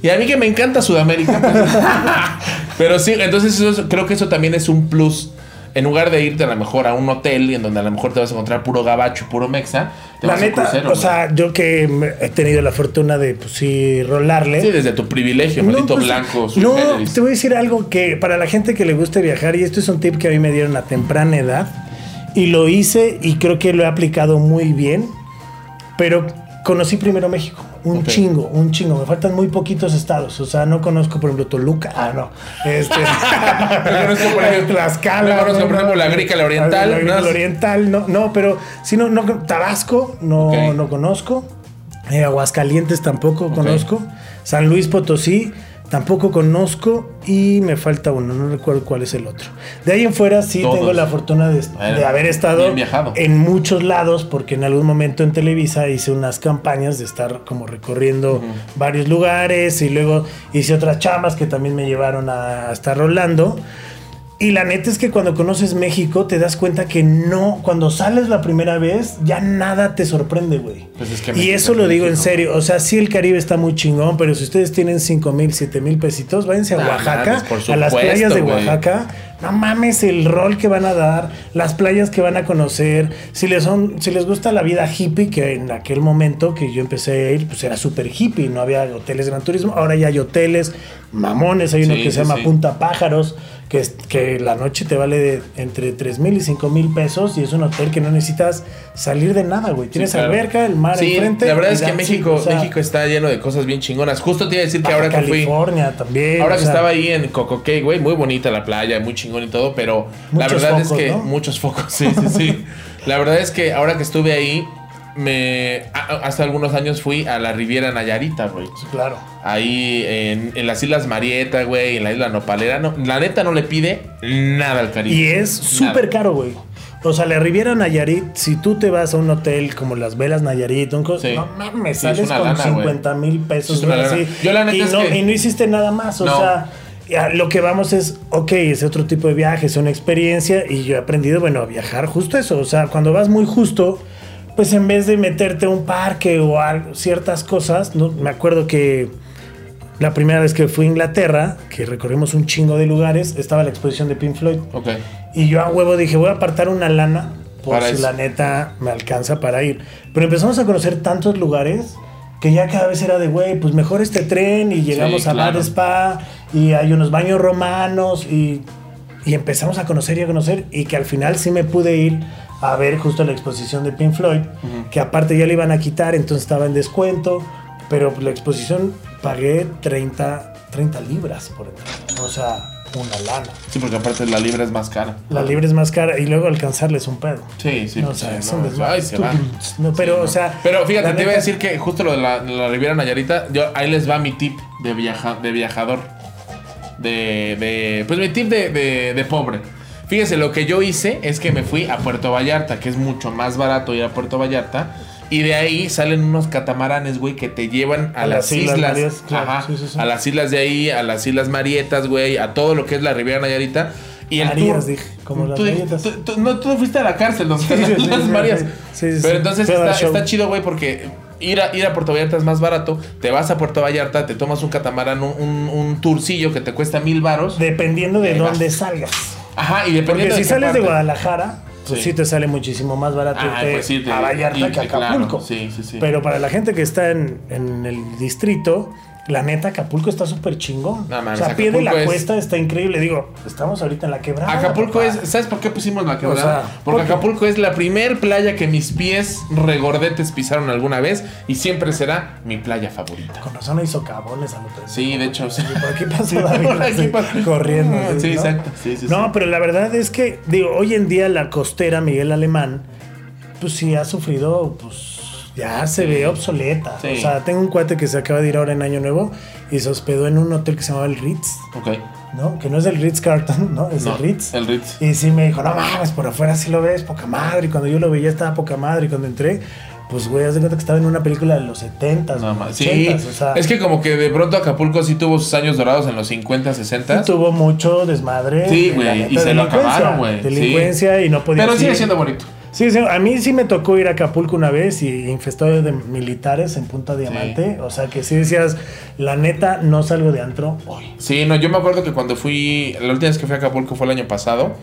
Speaker 1: Y a mí que me encanta Sudamérica. pues. Pero sí, entonces eso es- creo que eso también es un plus. En lugar de irte a lo mejor a un hotel en donde a lo mejor te vas a encontrar puro gabacho, y puro mexa, te
Speaker 2: La
Speaker 1: vas a un
Speaker 2: neta,
Speaker 1: crucero,
Speaker 2: o
Speaker 1: güey.
Speaker 2: sea, ¿eh? yo que me- he tenido la fortuna de, pues sí, rolarle.
Speaker 1: Sí, desde tu privilegio,
Speaker 2: No,
Speaker 1: maldito
Speaker 2: pues,
Speaker 1: blanco. sui
Speaker 2: No,
Speaker 1: generis.
Speaker 2: te voy a decir algo que para la gente que le guste viajar, y esto es un tip que a mí me dieron a temprana edad, y lo hice y creo que lo he aplicado muy bien, pero conocí primero México. Un
Speaker 1: Ok.
Speaker 2: chingo, un chingo. Me faltan muy poquitos estados. O sea, no conozco, por ejemplo, Toluca. Ah, no. Este,
Speaker 1: No conozco, por ejemplo,
Speaker 2: Tlaxcala.
Speaker 1: no conozco, por ejemplo, la Agrícola
Speaker 2: Agrícola
Speaker 1: Oriental,
Speaker 2: La Agrícola
Speaker 1: ¿no?
Speaker 2: Oriental, no. No, pero si no, no, Tabasco, no,
Speaker 1: Ok.
Speaker 2: no conozco. Eh, Aguascalientes tampoco conozco. San Luis Potosí tampoco conozco. Y me falta uno, no recuerdo cuál es el otro. De ahí en fuera sí
Speaker 1: Todos.
Speaker 2: tengo la fortuna de,
Speaker 1: Bueno,
Speaker 2: de haber estado
Speaker 1: bien viajado.
Speaker 2: en muchos lados, porque en algún momento en Televisa hice unas campañas de estar como recorriendo varios lugares y luego hice otras chamas que también me llevaron a, a estar rolando. Y la neta es que cuando conoces México te das cuenta que no, cuando sales la primera vez ya nada te sorprende, güey.
Speaker 1: Pues es que
Speaker 2: y
Speaker 1: México
Speaker 2: eso
Speaker 1: es
Speaker 2: lo digo en
Speaker 1: México.
Speaker 2: serio, o sea, sí el Caribe está muy chingón, pero si ustedes tienen 5 mil, 7 mil pesitos, váyanse a
Speaker 1: Ah,
Speaker 2: Oaxaca,
Speaker 1: mames, por
Speaker 2: a las
Speaker 1: supuesto,
Speaker 2: playas de
Speaker 1: güey.
Speaker 2: Oaxaca. No mames el rol que van a dar, las playas que van a conocer, si les son, si les gusta la vida hippie, que en aquel momento que yo empecé a ir, pues era súper hippie, no había hoteles de gran turismo, ahora ya hay hoteles, mamones, hay uno
Speaker 1: Sí,
Speaker 2: que
Speaker 1: sí,
Speaker 2: se llama
Speaker 1: sí.
Speaker 2: Punta Pájaros, que, es- que la noche te vale de entre 3 mil y 5 mil pesos, y es un hotel que no necesitas salir de nada, güey. Tienes
Speaker 1: claro.
Speaker 2: alberca, el mar
Speaker 1: Sí,
Speaker 2: enfrente.
Speaker 1: la verdad
Speaker 2: y
Speaker 1: es que
Speaker 2: that's it,
Speaker 1: México,
Speaker 2: o sea,
Speaker 1: México está lleno de cosas bien chingonas. Justo te iba a decir que
Speaker 2: Baja
Speaker 1: ahora que fui.
Speaker 2: California también.
Speaker 1: Ahora
Speaker 2: o
Speaker 1: que
Speaker 2: sea,
Speaker 1: estaba ahí en Cocoquay, güey, muy bonita la playa, muy chingón y todo, pero la
Speaker 2: Muchos
Speaker 1: verdad
Speaker 2: focos,
Speaker 1: es que
Speaker 2: ¿no?
Speaker 1: muchos focos, sí, sí, sí. la verdad es que ahora que estuve ahí, me a- hace algunos años fui a la Riviera Nayarita, güey.
Speaker 2: Claro.
Speaker 1: Ahí en, en las Islas Marieta, güey, en la Isla Nopalera, no, la neta no le pide nada al Caribe.
Speaker 2: Y es
Speaker 1: Nada.
Speaker 2: súper caro, güey. O sea, la Riviera Nayarit, si tú te vas a un hotel como Las Velas Nayarit, un cosa,
Speaker 1: Sí.
Speaker 2: no mames,
Speaker 1: Sí,
Speaker 2: sales
Speaker 1: es una
Speaker 2: con
Speaker 1: lana, güey.
Speaker 2: 50 mil
Speaker 1: Es
Speaker 2: pesos,
Speaker 1: una
Speaker 2: güey,
Speaker 1: lana.
Speaker 2: así.
Speaker 1: Yo la neta
Speaker 2: y,
Speaker 1: es
Speaker 2: no,
Speaker 1: que-
Speaker 2: y no hiciste nada más, o
Speaker 1: No.
Speaker 2: sea, ya, lo que vamos es, ok, es otro tipo de viaje, es una experiencia, y yo he aprendido, bueno, a viajar justo eso, o sea, cuando vas muy justo, pues en vez de meterte a un parque o a ciertas cosas, no, me acuerdo que... La primera vez que fui a Inglaterra, que recorrimos un chingo de lugares, estaba la exposición de Pink Floyd.
Speaker 1: Ok.
Speaker 2: Y yo a huevo dije, voy a apartar una lana por
Speaker 1: Para
Speaker 2: si
Speaker 1: eso.
Speaker 2: la neta me alcanza para ir. Pero empezamos a conocer tantos lugares que ya cada vez era de, güey, pues mejor este tren y llegamos
Speaker 1: Sí,
Speaker 2: a Mar
Speaker 1: claro.
Speaker 2: Spa y hay unos baños romanos y, y empezamos a conocer y a conocer y que al final sí me pude ir a ver justo la exposición de Pink Floyd, que aparte ya le iban a quitar, entonces estaba en descuento, pero la exposición pagué 30, 30 libras por entrar, o sea, una lana.
Speaker 1: Sí, porque aparte la libra es más cara.
Speaker 2: La libre es más cara y luego alcanzarles un pedo.
Speaker 1: Sí, sí.
Speaker 2: No, o
Speaker 1: pues,
Speaker 2: sea,
Speaker 1: sí,
Speaker 2: es
Speaker 1: no,
Speaker 2: un desmadre.
Speaker 1: ay, se va.
Speaker 2: No, pero,
Speaker 1: Sí,
Speaker 2: o
Speaker 1: no.
Speaker 2: sea.
Speaker 1: Pero fíjate,
Speaker 2: la
Speaker 1: te iba a
Speaker 2: neta-
Speaker 1: decir que justo lo de la, la Riviera Nayarita, yo, ahí les va mi tip de, viaja, de viajador. De, de- Pues mi tip de, de- de pobre. Fíjense, lo que yo hice es que me fui a Puerto Vallarta, que es mucho más barato ir a Puerto Vallarta. Y de ahí salen unos catamaranes, güey, que te llevan a,
Speaker 2: A
Speaker 1: las,
Speaker 2: las Islas
Speaker 1: islas.
Speaker 2: Marias, claro,
Speaker 1: Ajá,
Speaker 2: sí, sí, sí.
Speaker 1: A las islas de ahí, a las islas Marietas, güey, a todo lo que es la Riviera Nayarita. Y el
Speaker 2: Marías,
Speaker 1: tour-
Speaker 2: dije, como las
Speaker 1: tú,
Speaker 2: galletas.
Speaker 1: tú- tú- no, tú fuiste a la cárcel, donde
Speaker 2: Sí,
Speaker 1: están
Speaker 2: sí,
Speaker 1: las
Speaker 2: sí, sí,
Speaker 1: Marías.
Speaker 2: sí, sí, sí.
Speaker 1: Pero entonces
Speaker 2: Fui a dar
Speaker 1: está,
Speaker 2: show.
Speaker 1: está chido, güey, porque ir a, ir a Puerto Vallarta es más barato. Te vas a Puerto Vallarta, te tomas un catamarán, un, un, un tourcillo que te cuesta mil varos.
Speaker 2: Dependiendo de
Speaker 1: Ahí vas.
Speaker 2: dónde salgas.
Speaker 1: Ajá, y
Speaker 2: Porque
Speaker 1: dependiendo
Speaker 2: si
Speaker 1: qué
Speaker 2: sales de
Speaker 1: parte.
Speaker 2: Guadalajara, pues
Speaker 1: Sí.
Speaker 2: sí te sale muchísimo más barato
Speaker 1: Ah,
Speaker 2: irte
Speaker 1: pues sí, te-
Speaker 2: a Vallarta
Speaker 1: irte,
Speaker 2: que a
Speaker 1: claro.
Speaker 2: Acapulco.
Speaker 1: Sí, sí, sí.
Speaker 2: Pero para la gente que está en, en el distrito, la neta, Acapulco está súper chingón.
Speaker 1: No mames,
Speaker 2: o sea, pie de la
Speaker 1: Acapulco es-
Speaker 2: cuesta está increíble. Digo, estamos ahorita en la quebrada.
Speaker 1: Acapulco
Speaker 2: papá.
Speaker 1: es, ¿sabes por qué pusimos la quebrada?
Speaker 2: O sea,
Speaker 1: Porque
Speaker 2: ¿por qué?
Speaker 1: Acapulco es la primer playa que mis pies regordetes pisaron alguna vez y siempre será mi playa favorita.
Speaker 2: Con razón hay socavones a lo pendejo.
Speaker 1: Sí, de hecho, sí.
Speaker 2: Por aquí pasó
Speaker 1: Sí,
Speaker 2: David,
Speaker 1: por aquí
Speaker 2: así,
Speaker 1: pasó.
Speaker 2: corriendo. así,
Speaker 1: Sí,
Speaker 2: ¿no?
Speaker 1: exacto. Sí, sí,
Speaker 2: no,
Speaker 1: sí.
Speaker 2: pero la verdad es que, digo, hoy en día la costera Miguel Alemán, pues sí ha sufrido, pues, ya se ve obsoleta.
Speaker 1: Sí.
Speaker 2: O sea, tengo un cuate que se acaba de ir ahora en Año Nuevo y se hospedó en un hotel que se llamaba el Ritz,
Speaker 1: Ok.
Speaker 2: ¿no? Que no es el Ritz Carlton, ¿no? Es
Speaker 1: No,
Speaker 2: el Ritz.
Speaker 1: El Ritz.
Speaker 2: Y sí me dijo, no mames, por afuera sí lo ves, poca madre. Y cuando yo lo veía estaba poca madre. Y cuando entré, pues güey, haz de cuenta que estaba en una película de los 70s,
Speaker 1: Nada
Speaker 2: no,
Speaker 1: más.
Speaker 2: 80s.
Speaker 1: Sí,
Speaker 2: o sea,
Speaker 1: es que como que de pronto Acapulco sí tuvo sus años dorados en los 50, 60.
Speaker 2: y tuvo mucho desmadre.
Speaker 1: Sí,
Speaker 2: la
Speaker 1: güey,
Speaker 2: neta,
Speaker 1: y se lo
Speaker 2: delincuencia,
Speaker 1: acabaron, güey, sí.
Speaker 2: Delincuencia y no podía
Speaker 1: Pero sigue
Speaker 2: ir.
Speaker 1: siendo bonito.
Speaker 2: Sí, sí, a mí sí me tocó ir a Acapulco una vez y infestado de militares en Punta Diamante. O sea que sí decías, la neta, no salgo de antro hoy.
Speaker 1: Sí, no, yo me acuerdo que cuando fui, la última vez que fui a Acapulco fue el año pasado.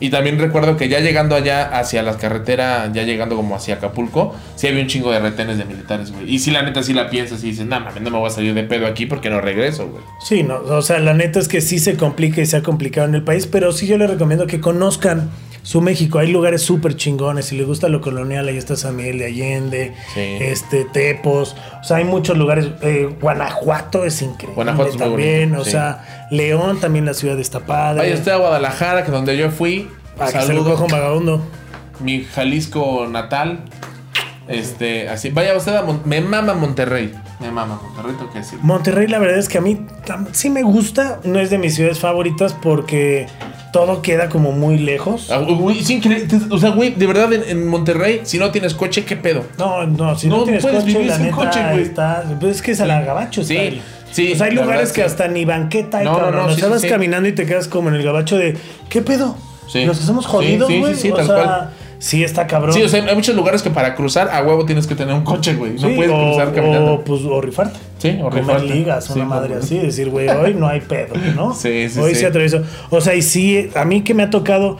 Speaker 1: Y también recuerdo que ya llegando allá hacia las carreteras, ya llegando como hacia Acapulco, sí había un chingo de retenes de militares, güey. Y sí, la neta, sí la piensas y dices, no mames, no me voy a salir de pedo aquí porque no regreso, güey.
Speaker 2: Sí, no, o sea, la neta es que sí se complica y se ha complicado en el país, pero sí yo les recomiendo que conozcan su México. Hay lugares súper chingones. Si les gusta lo colonial, ahí está San Miguel de Allende,
Speaker 1: Sí.
Speaker 2: este, Tepos. O sea, hay muchos lugares. eh, Guanajuato es increíble.
Speaker 1: Guanajuato es muy
Speaker 2: también.
Speaker 1: bonito,
Speaker 2: o
Speaker 1: sí.
Speaker 2: sea, León también, la ciudad está padre.
Speaker 1: Vaya usted a Guadalajara, que donde yo fui,
Speaker 2: Para que se lo coja
Speaker 1: saludo
Speaker 2: un vagabundo.
Speaker 1: mi Jalisco natal. Este, así. Vaya usted a Mon- me mama Monterrey. Me mama Monterrey, tengo que decir.
Speaker 2: Monterrey, la verdad es que a mí tam- sí me gusta, no es de mis ciudades favoritas porque todo queda como muy lejos.
Speaker 1: Ah, güey, es increíble. O sea, güey, de verdad, en, en Monterrey, si no tienes coche, ¿qué pedo?
Speaker 2: No, no, si no,
Speaker 1: No
Speaker 2: tienes
Speaker 1: puedes
Speaker 2: coche,
Speaker 1: vivir
Speaker 2: la
Speaker 1: sin
Speaker 2: neta
Speaker 1: coche, güey.
Speaker 2: está- pues es que es a la gabacho,
Speaker 1: Sí,
Speaker 2: está ahí.
Speaker 1: sí,
Speaker 2: O sea, pues hay
Speaker 1: la
Speaker 2: lugares
Speaker 1: verdad,
Speaker 2: que
Speaker 1: sí.
Speaker 2: hasta ni banqueta hay,
Speaker 1: No, no,
Speaker 2: cabrón.
Speaker 1: no,
Speaker 2: o
Speaker 1: sí,
Speaker 2: sea,
Speaker 1: sí,
Speaker 2: vas
Speaker 1: sí.
Speaker 2: caminando y te quedas como en el gabacho de, ¿qué pedo?
Speaker 1: Sí.
Speaker 2: Nos hacemos
Speaker 1: Sí,
Speaker 2: jodidos,
Speaker 1: sí, sí,
Speaker 2: güey.
Speaker 1: sí,
Speaker 2: o
Speaker 1: tal
Speaker 2: sea,
Speaker 1: cual.
Speaker 2: sí está cabrón.
Speaker 1: Sí, o sea, hay muchos lugares que para cruzar a huevo tienes que tener un coche, güey. No
Speaker 2: Sí,
Speaker 1: puedes
Speaker 2: o-
Speaker 1: cruzar caminando.
Speaker 2: O, pues, o rifarte.
Speaker 1: Sí, o
Speaker 2: Comer
Speaker 1: rifarte.
Speaker 2: ligas, una
Speaker 1: Sí,
Speaker 2: madre
Speaker 1: como-
Speaker 2: así, decir, güey, hoy no hay pedo, ¿no?
Speaker 1: Sí, sí,
Speaker 2: Hoy
Speaker 1: sí.
Speaker 2: se atravesó. O sea, y sí, a mí que me ha tocado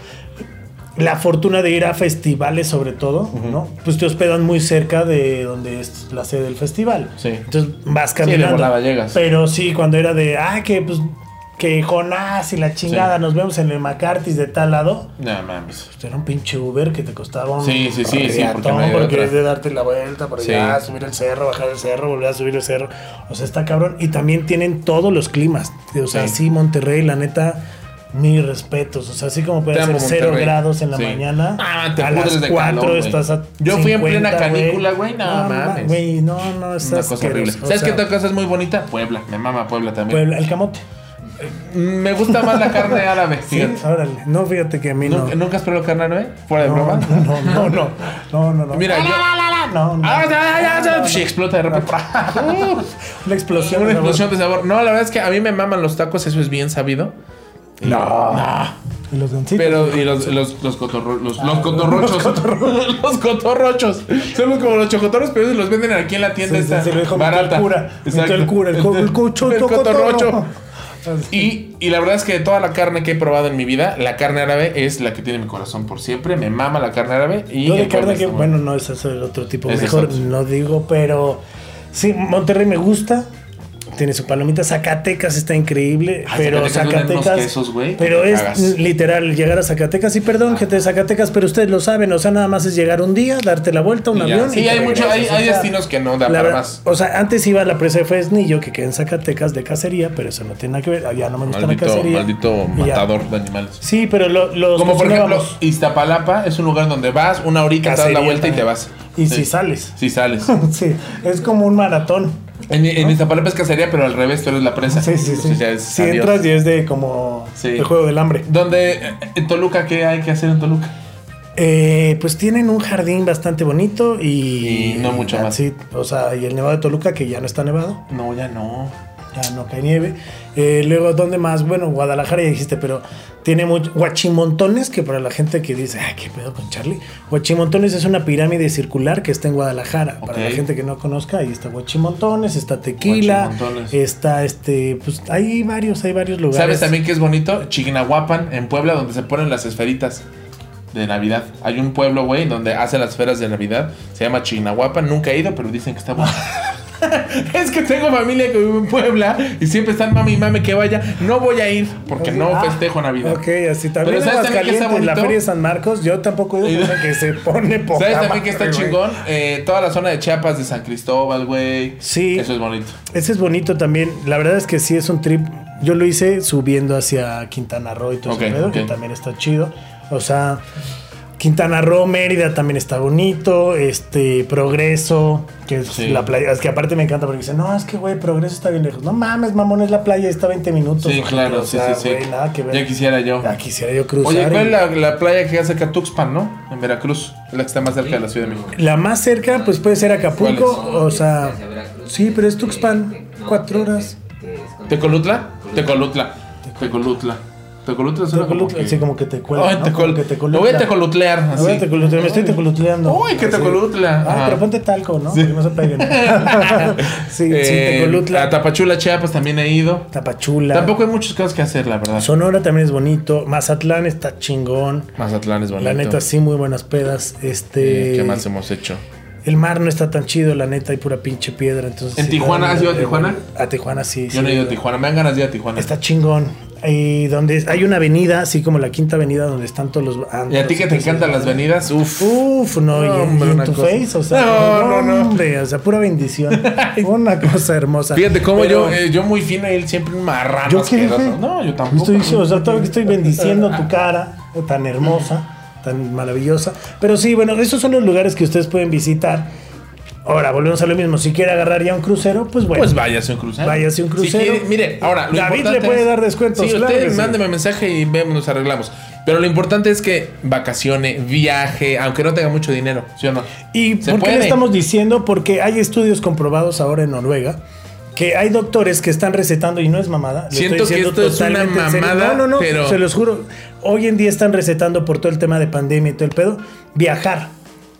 Speaker 2: la fortuna de ir a festivales, sobre todo, ¿no? Pues te hospedan muy cerca de donde es la sede del festival.
Speaker 1: Sí.
Speaker 2: Entonces vas
Speaker 1: de
Speaker 2: caminando.
Speaker 1: volada llegas.
Speaker 2: Pero sí, cuando era de, ah, que pues, que Jonás y la chingada,
Speaker 1: Sí.
Speaker 2: nos vemos en el McCarthy's de tal lado.
Speaker 1: No mames.
Speaker 2: Pues, Era un pinche Uber que te costaba un
Speaker 1: Sí, sí, sí, sí, porque
Speaker 2: reatón,
Speaker 1: no hay de
Speaker 2: porque
Speaker 1: otra.
Speaker 2: es de darte la vuelta para
Speaker 1: Sí.
Speaker 2: allá, subir el cerro, bajar el cerro, volver a subir el cerro. O sea, está cabrón. Y también tienen todos los climas. O sea,
Speaker 1: Sí.
Speaker 2: sí, Monterrey, la neta, mis respetos. O sea, así como puede
Speaker 1: Te
Speaker 2: ser
Speaker 1: amo,
Speaker 2: 0
Speaker 1: Monterrey.
Speaker 2: grados en la
Speaker 1: Sí.
Speaker 2: mañana.
Speaker 1: Ah, te
Speaker 2: a
Speaker 1: pudres
Speaker 2: las
Speaker 1: de
Speaker 2: 4
Speaker 1: calor, güey.
Speaker 2: estás a.
Speaker 1: Yo fui en plena
Speaker 2: 50,
Speaker 1: canícula, güey, no mames.
Speaker 2: Güey, no, no,
Speaker 1: Es
Speaker 2: estás.
Speaker 1: una cosa horrible.
Speaker 2: asqueroso. O
Speaker 1: ¿Sabes qué
Speaker 2: sea,
Speaker 1: otra cosa es muy bonita? Puebla. Me mama Puebla también. Mm,
Speaker 2: Puebla, el camote.
Speaker 1: Me gusta más la carne árabe.
Speaker 2: Sí,
Speaker 1: fíjate.
Speaker 2: órale. No, fíjate que a mí no.
Speaker 1: ¿Nunca, nunca has probado carne árabe? ¿Fuera de
Speaker 2: No,
Speaker 1: broma?
Speaker 2: no, no, no. No, no, no.
Speaker 1: Mira, yo.
Speaker 2: No, no.
Speaker 1: Ah, ya, ya, ya,
Speaker 2: No, no,
Speaker 1: sí, explota de repente.
Speaker 2: Una explosión.
Speaker 1: Una
Speaker 2: de
Speaker 1: explosión de sabor. No, la verdad es que a mí me maman los tacos, eso es bien sabido.
Speaker 2: No. Y los gancitos.
Speaker 1: Pero, y los, los, los, cotorro- los,
Speaker 2: Ah,
Speaker 1: los cotorrochos. Los cotorrochos. Son como los chocotorros, pero esos los venden aquí en la tienda.
Speaker 2: Sí, sí,
Speaker 1: esta
Speaker 2: sí, lo dijo mi tío
Speaker 1: barata.
Speaker 2: el cura. Mi tío
Speaker 1: Exacto.
Speaker 2: el cura, el co- el cocho-
Speaker 1: El cotorrocho.
Speaker 2: Y
Speaker 1: Y, y la verdad es que de toda la carne que he probado en mi vida, la carne árabe es la que tiene mi corazón por siempre. Me mama la carne árabe. Y
Speaker 2: yo de
Speaker 1: el pueblo
Speaker 2: carne que,
Speaker 1: está muy
Speaker 2: bueno, no, ese es el otro tipo.
Speaker 1: Ese es
Speaker 2: Mejor
Speaker 1: otro.
Speaker 2: no digo, pero sí, Monterrey me gusta. Tiene su palomita. Zacatecas está increíble.
Speaker 1: Ah,
Speaker 2: pero
Speaker 1: Zacatecas venden unos
Speaker 2: Zacatecas.
Speaker 1: quesos, güey, que
Speaker 2: pero
Speaker 1: te
Speaker 2: es
Speaker 1: cagas. Ah.
Speaker 2: literal llegar a Zacatecas. Y perdón, gente de Zacatecas, pero ustedes lo saben. O sea, nada más es llegar un día, darte la vuelta, un
Speaker 1: Y ya.
Speaker 2: avión.
Speaker 1: Sí,
Speaker 2: y te
Speaker 1: hay mucho- hay-
Speaker 2: regresas.
Speaker 1: hay
Speaker 2: O sea,
Speaker 1: destinos que no dan
Speaker 2: la
Speaker 1: para
Speaker 2: verdad-
Speaker 1: más.
Speaker 2: O sea, antes iba a la presa de Fresnillo, que queda en Zacatecas, de cacería, pero eso no tiene nada que ver. Allá no me gusta la
Speaker 1: Maldito,
Speaker 2: cacería.
Speaker 1: maldito
Speaker 2: Y ya.
Speaker 1: matador de animales.
Speaker 2: Sí, pero lo- los
Speaker 1: Como por ejemplo,
Speaker 2: consumábamos.
Speaker 1: Iztapalapa es un lugar donde vas, una horita, te das la
Speaker 2: Cacería
Speaker 1: vuelta y te
Speaker 2: también.
Speaker 1: vas.
Speaker 2: Y si sales.
Speaker 1: Si sales.
Speaker 2: Sí, es como un maratón.
Speaker 1: En, en Iztapalapa es cacería, pero al revés, tú eres la presa.
Speaker 2: Sí, sí, sí.
Speaker 1: Entonces ya es
Speaker 2: si
Speaker 1: adiós.
Speaker 2: entras y es de como
Speaker 1: Sí.
Speaker 2: el juego del hambre.
Speaker 1: Donde, eh, en Toluca, ¿qué hay que hacer en Toluca?
Speaker 2: Eh, pues tienen un jardín bastante bonito
Speaker 1: Y
Speaker 2: y,
Speaker 1: no mucho más.
Speaker 2: Sí, o sea, y el Nevado de Toluca que ya no está nevado,
Speaker 1: No, ya no.
Speaker 2: ya no cae nieve. Eh, luego, ¿dónde más? Bueno, Guadalajara ya dijiste, pero tiene mucho. Huachimontones, que para la gente que dice, ah, qué pedo con Charlie. Huachimontones es una pirámide circular que está en Guadalajara. Para la
Speaker 1: Ok.
Speaker 2: gente que no conozca, ahí está Huachimontones, está Tequila,
Speaker 1: Huachimontones.
Speaker 2: está este, pues hay varios, hay varios lugares.
Speaker 1: ¿Sabes también qué es bonito? Chignahuapan, en Puebla, donde se ponen las esferitas de Navidad. Hay un pueblo, güey, donde hacen las esferas de Navidad. Se llama Chignahuapan. Nunca he ido, pero dicen que está bueno. es que tengo familia que vive en Puebla y siempre están mami y mami que vaya. No voy a ir porque no
Speaker 2: Ah,
Speaker 1: festejo Navidad.
Speaker 2: Ok, así también.
Speaker 1: Pero
Speaker 2: Pero
Speaker 1: ¿sabes
Speaker 2: ¿sabes
Speaker 1: también que está
Speaker 2: la
Speaker 1: bonito?
Speaker 2: Feria de San Marcos, yo tampoco he ido porque que se pone poca
Speaker 1: ¿Sabes también que
Speaker 2: madre,
Speaker 1: está
Speaker 2: güey.
Speaker 1: chingón? Eh, toda la zona de Chiapas, de San Cristóbal, güey.
Speaker 2: Sí.
Speaker 1: Eso es bonito.
Speaker 2: Ese es bonito también. La verdad es que sí es un trip. Yo lo hice subiendo hacia Quintana Roo y todo
Speaker 1: Ok,
Speaker 2: ese pedo,
Speaker 1: ok.
Speaker 2: que también está chido. O sea, Quintana Roo, Mérida también está bonito. Este, Progreso, que es
Speaker 1: Sí.
Speaker 2: la playa. Es que aparte me encanta porque dicen, no, es que güey, Progreso está bien lejos. No mames, mamón, es la playa, está a 20 minutos.
Speaker 1: Sí,
Speaker 2: güey.
Speaker 1: claro,
Speaker 2: O
Speaker 1: sí,
Speaker 2: sea,
Speaker 1: sí, sí.
Speaker 2: güey, nada que ver.
Speaker 1: Ya quisiera yo.
Speaker 2: Ah, quisiera yo cruzar.
Speaker 1: Oye, ¿cuál
Speaker 2: y-
Speaker 1: es la, la playa que hace acá Tuxpan, no? En Veracruz, la que está más cerca de la Ciudad de México.
Speaker 2: La más cerca, pues puede ser Acapulco,
Speaker 1: ¿Cuál
Speaker 2: o sea. Sí, pero es Tuxpan, cuatro horas.
Speaker 1: ¿Tecolutla? Tecolutla. Tecolutla. Tecolutla suena como
Speaker 2: Tecolutla,
Speaker 1: que...
Speaker 2: sí, como que te cuelga.
Speaker 1: Ay,
Speaker 2: ¿no?
Speaker 1: tecol-
Speaker 2: Como que te
Speaker 1: Lo voy a tecolutlear,
Speaker 2: Me voy a
Speaker 1: así.
Speaker 2: tecolutlear, me estoy tecolutleando.
Speaker 1: Uy, que
Speaker 2: Así.
Speaker 1: tecolutla.
Speaker 2: Ah,
Speaker 1: Ajá.
Speaker 2: pero ponte talco, ¿no?
Speaker 1: Sí.
Speaker 2: Porque no se peguen. sí, sí,
Speaker 1: Eh, A
Speaker 2: tecolutla.
Speaker 1: Tapachula, Chiapas también he ido.
Speaker 2: Tapachula.
Speaker 1: Tampoco hay muchas cosas que hacer, la verdad.
Speaker 2: Sonora también es bonito. Mazatlán está chingón.
Speaker 1: Mazatlán es bonito.
Speaker 2: La neta, sí, muy buenas pedas. Este.
Speaker 1: Eh, ¿Qué más hemos hecho?
Speaker 2: El mar no está tan chido, la neta, hay pura pinche piedra. Entonces,
Speaker 1: ¿En
Speaker 2: sí,
Speaker 1: Tijuana?
Speaker 2: no,
Speaker 1: ¿Has ido a
Speaker 2: eh,
Speaker 1: Tijuana?
Speaker 2: A Tijuana sí.
Speaker 1: Yo no he
Speaker 2: sí.
Speaker 1: ido a Tijuana. Me dan ganas de ir a Tijuana.
Speaker 2: Está chingón. Y donde es- hay una avenida, así como la quinta avenida, donde están todos los. antros
Speaker 1: Y a ti que te encantan las venidas, uff.
Speaker 2: Uf, no, y-
Speaker 1: No,
Speaker 2: y,
Speaker 1: hombre,
Speaker 2: en
Speaker 1: una
Speaker 2: tu
Speaker 1: cosa.
Speaker 2: face, o sea,
Speaker 1: No, no,
Speaker 2: no,
Speaker 1: no.
Speaker 2: hombre, o sea, pura bendición. una cosa hermosa.
Speaker 1: Fíjate cómo
Speaker 2: Pero
Speaker 1: yo, eh, yo muy fino y él siempre un marrano.
Speaker 2: ¿Yo qué
Speaker 1: asqueroso.
Speaker 2: dije?
Speaker 1: Ah, No, yo tampoco.
Speaker 2: estoy, o sea, todavía estoy bendiciendo tu cara, eh, tan hermosa, tan maravillosa. Pero sí, bueno, esos son los lugares que ustedes pueden visitar. Ahora, volvemos a lo mismo. Si quiere agarrar ya un crucero, pues bueno.
Speaker 1: Pues váyase un crucero.
Speaker 2: Váyase un
Speaker 1: Si
Speaker 2: crucero.
Speaker 1: quiere- mire, ahora.
Speaker 2: David
Speaker 1: importante
Speaker 2: le puede
Speaker 1: es-
Speaker 2: dar descuentos,
Speaker 1: Sí,
Speaker 2: claro que
Speaker 1: usted
Speaker 2: sí.
Speaker 1: mándeme mensaje y vemos, nos arreglamos. Pero lo importante es que vacacione, viaje, aunque no tenga mucho dinero, ¿sí o no?
Speaker 2: ¿Y
Speaker 1: Se
Speaker 2: por qué le
Speaker 1: puede.
Speaker 2: estamos diciendo? Porque hay estudios comprobados ahora en Noruega que hay doctores que están recetando y no es mamada. lo
Speaker 1: Siento que
Speaker 2: diciendo
Speaker 1: esto es una
Speaker 2: totalmente en serio.
Speaker 1: mamada,
Speaker 2: No, no, no,
Speaker 1: pero-
Speaker 2: se los juro. Hoy en día están recetando por todo el tema de pandemia y todo el pedo. Viajar,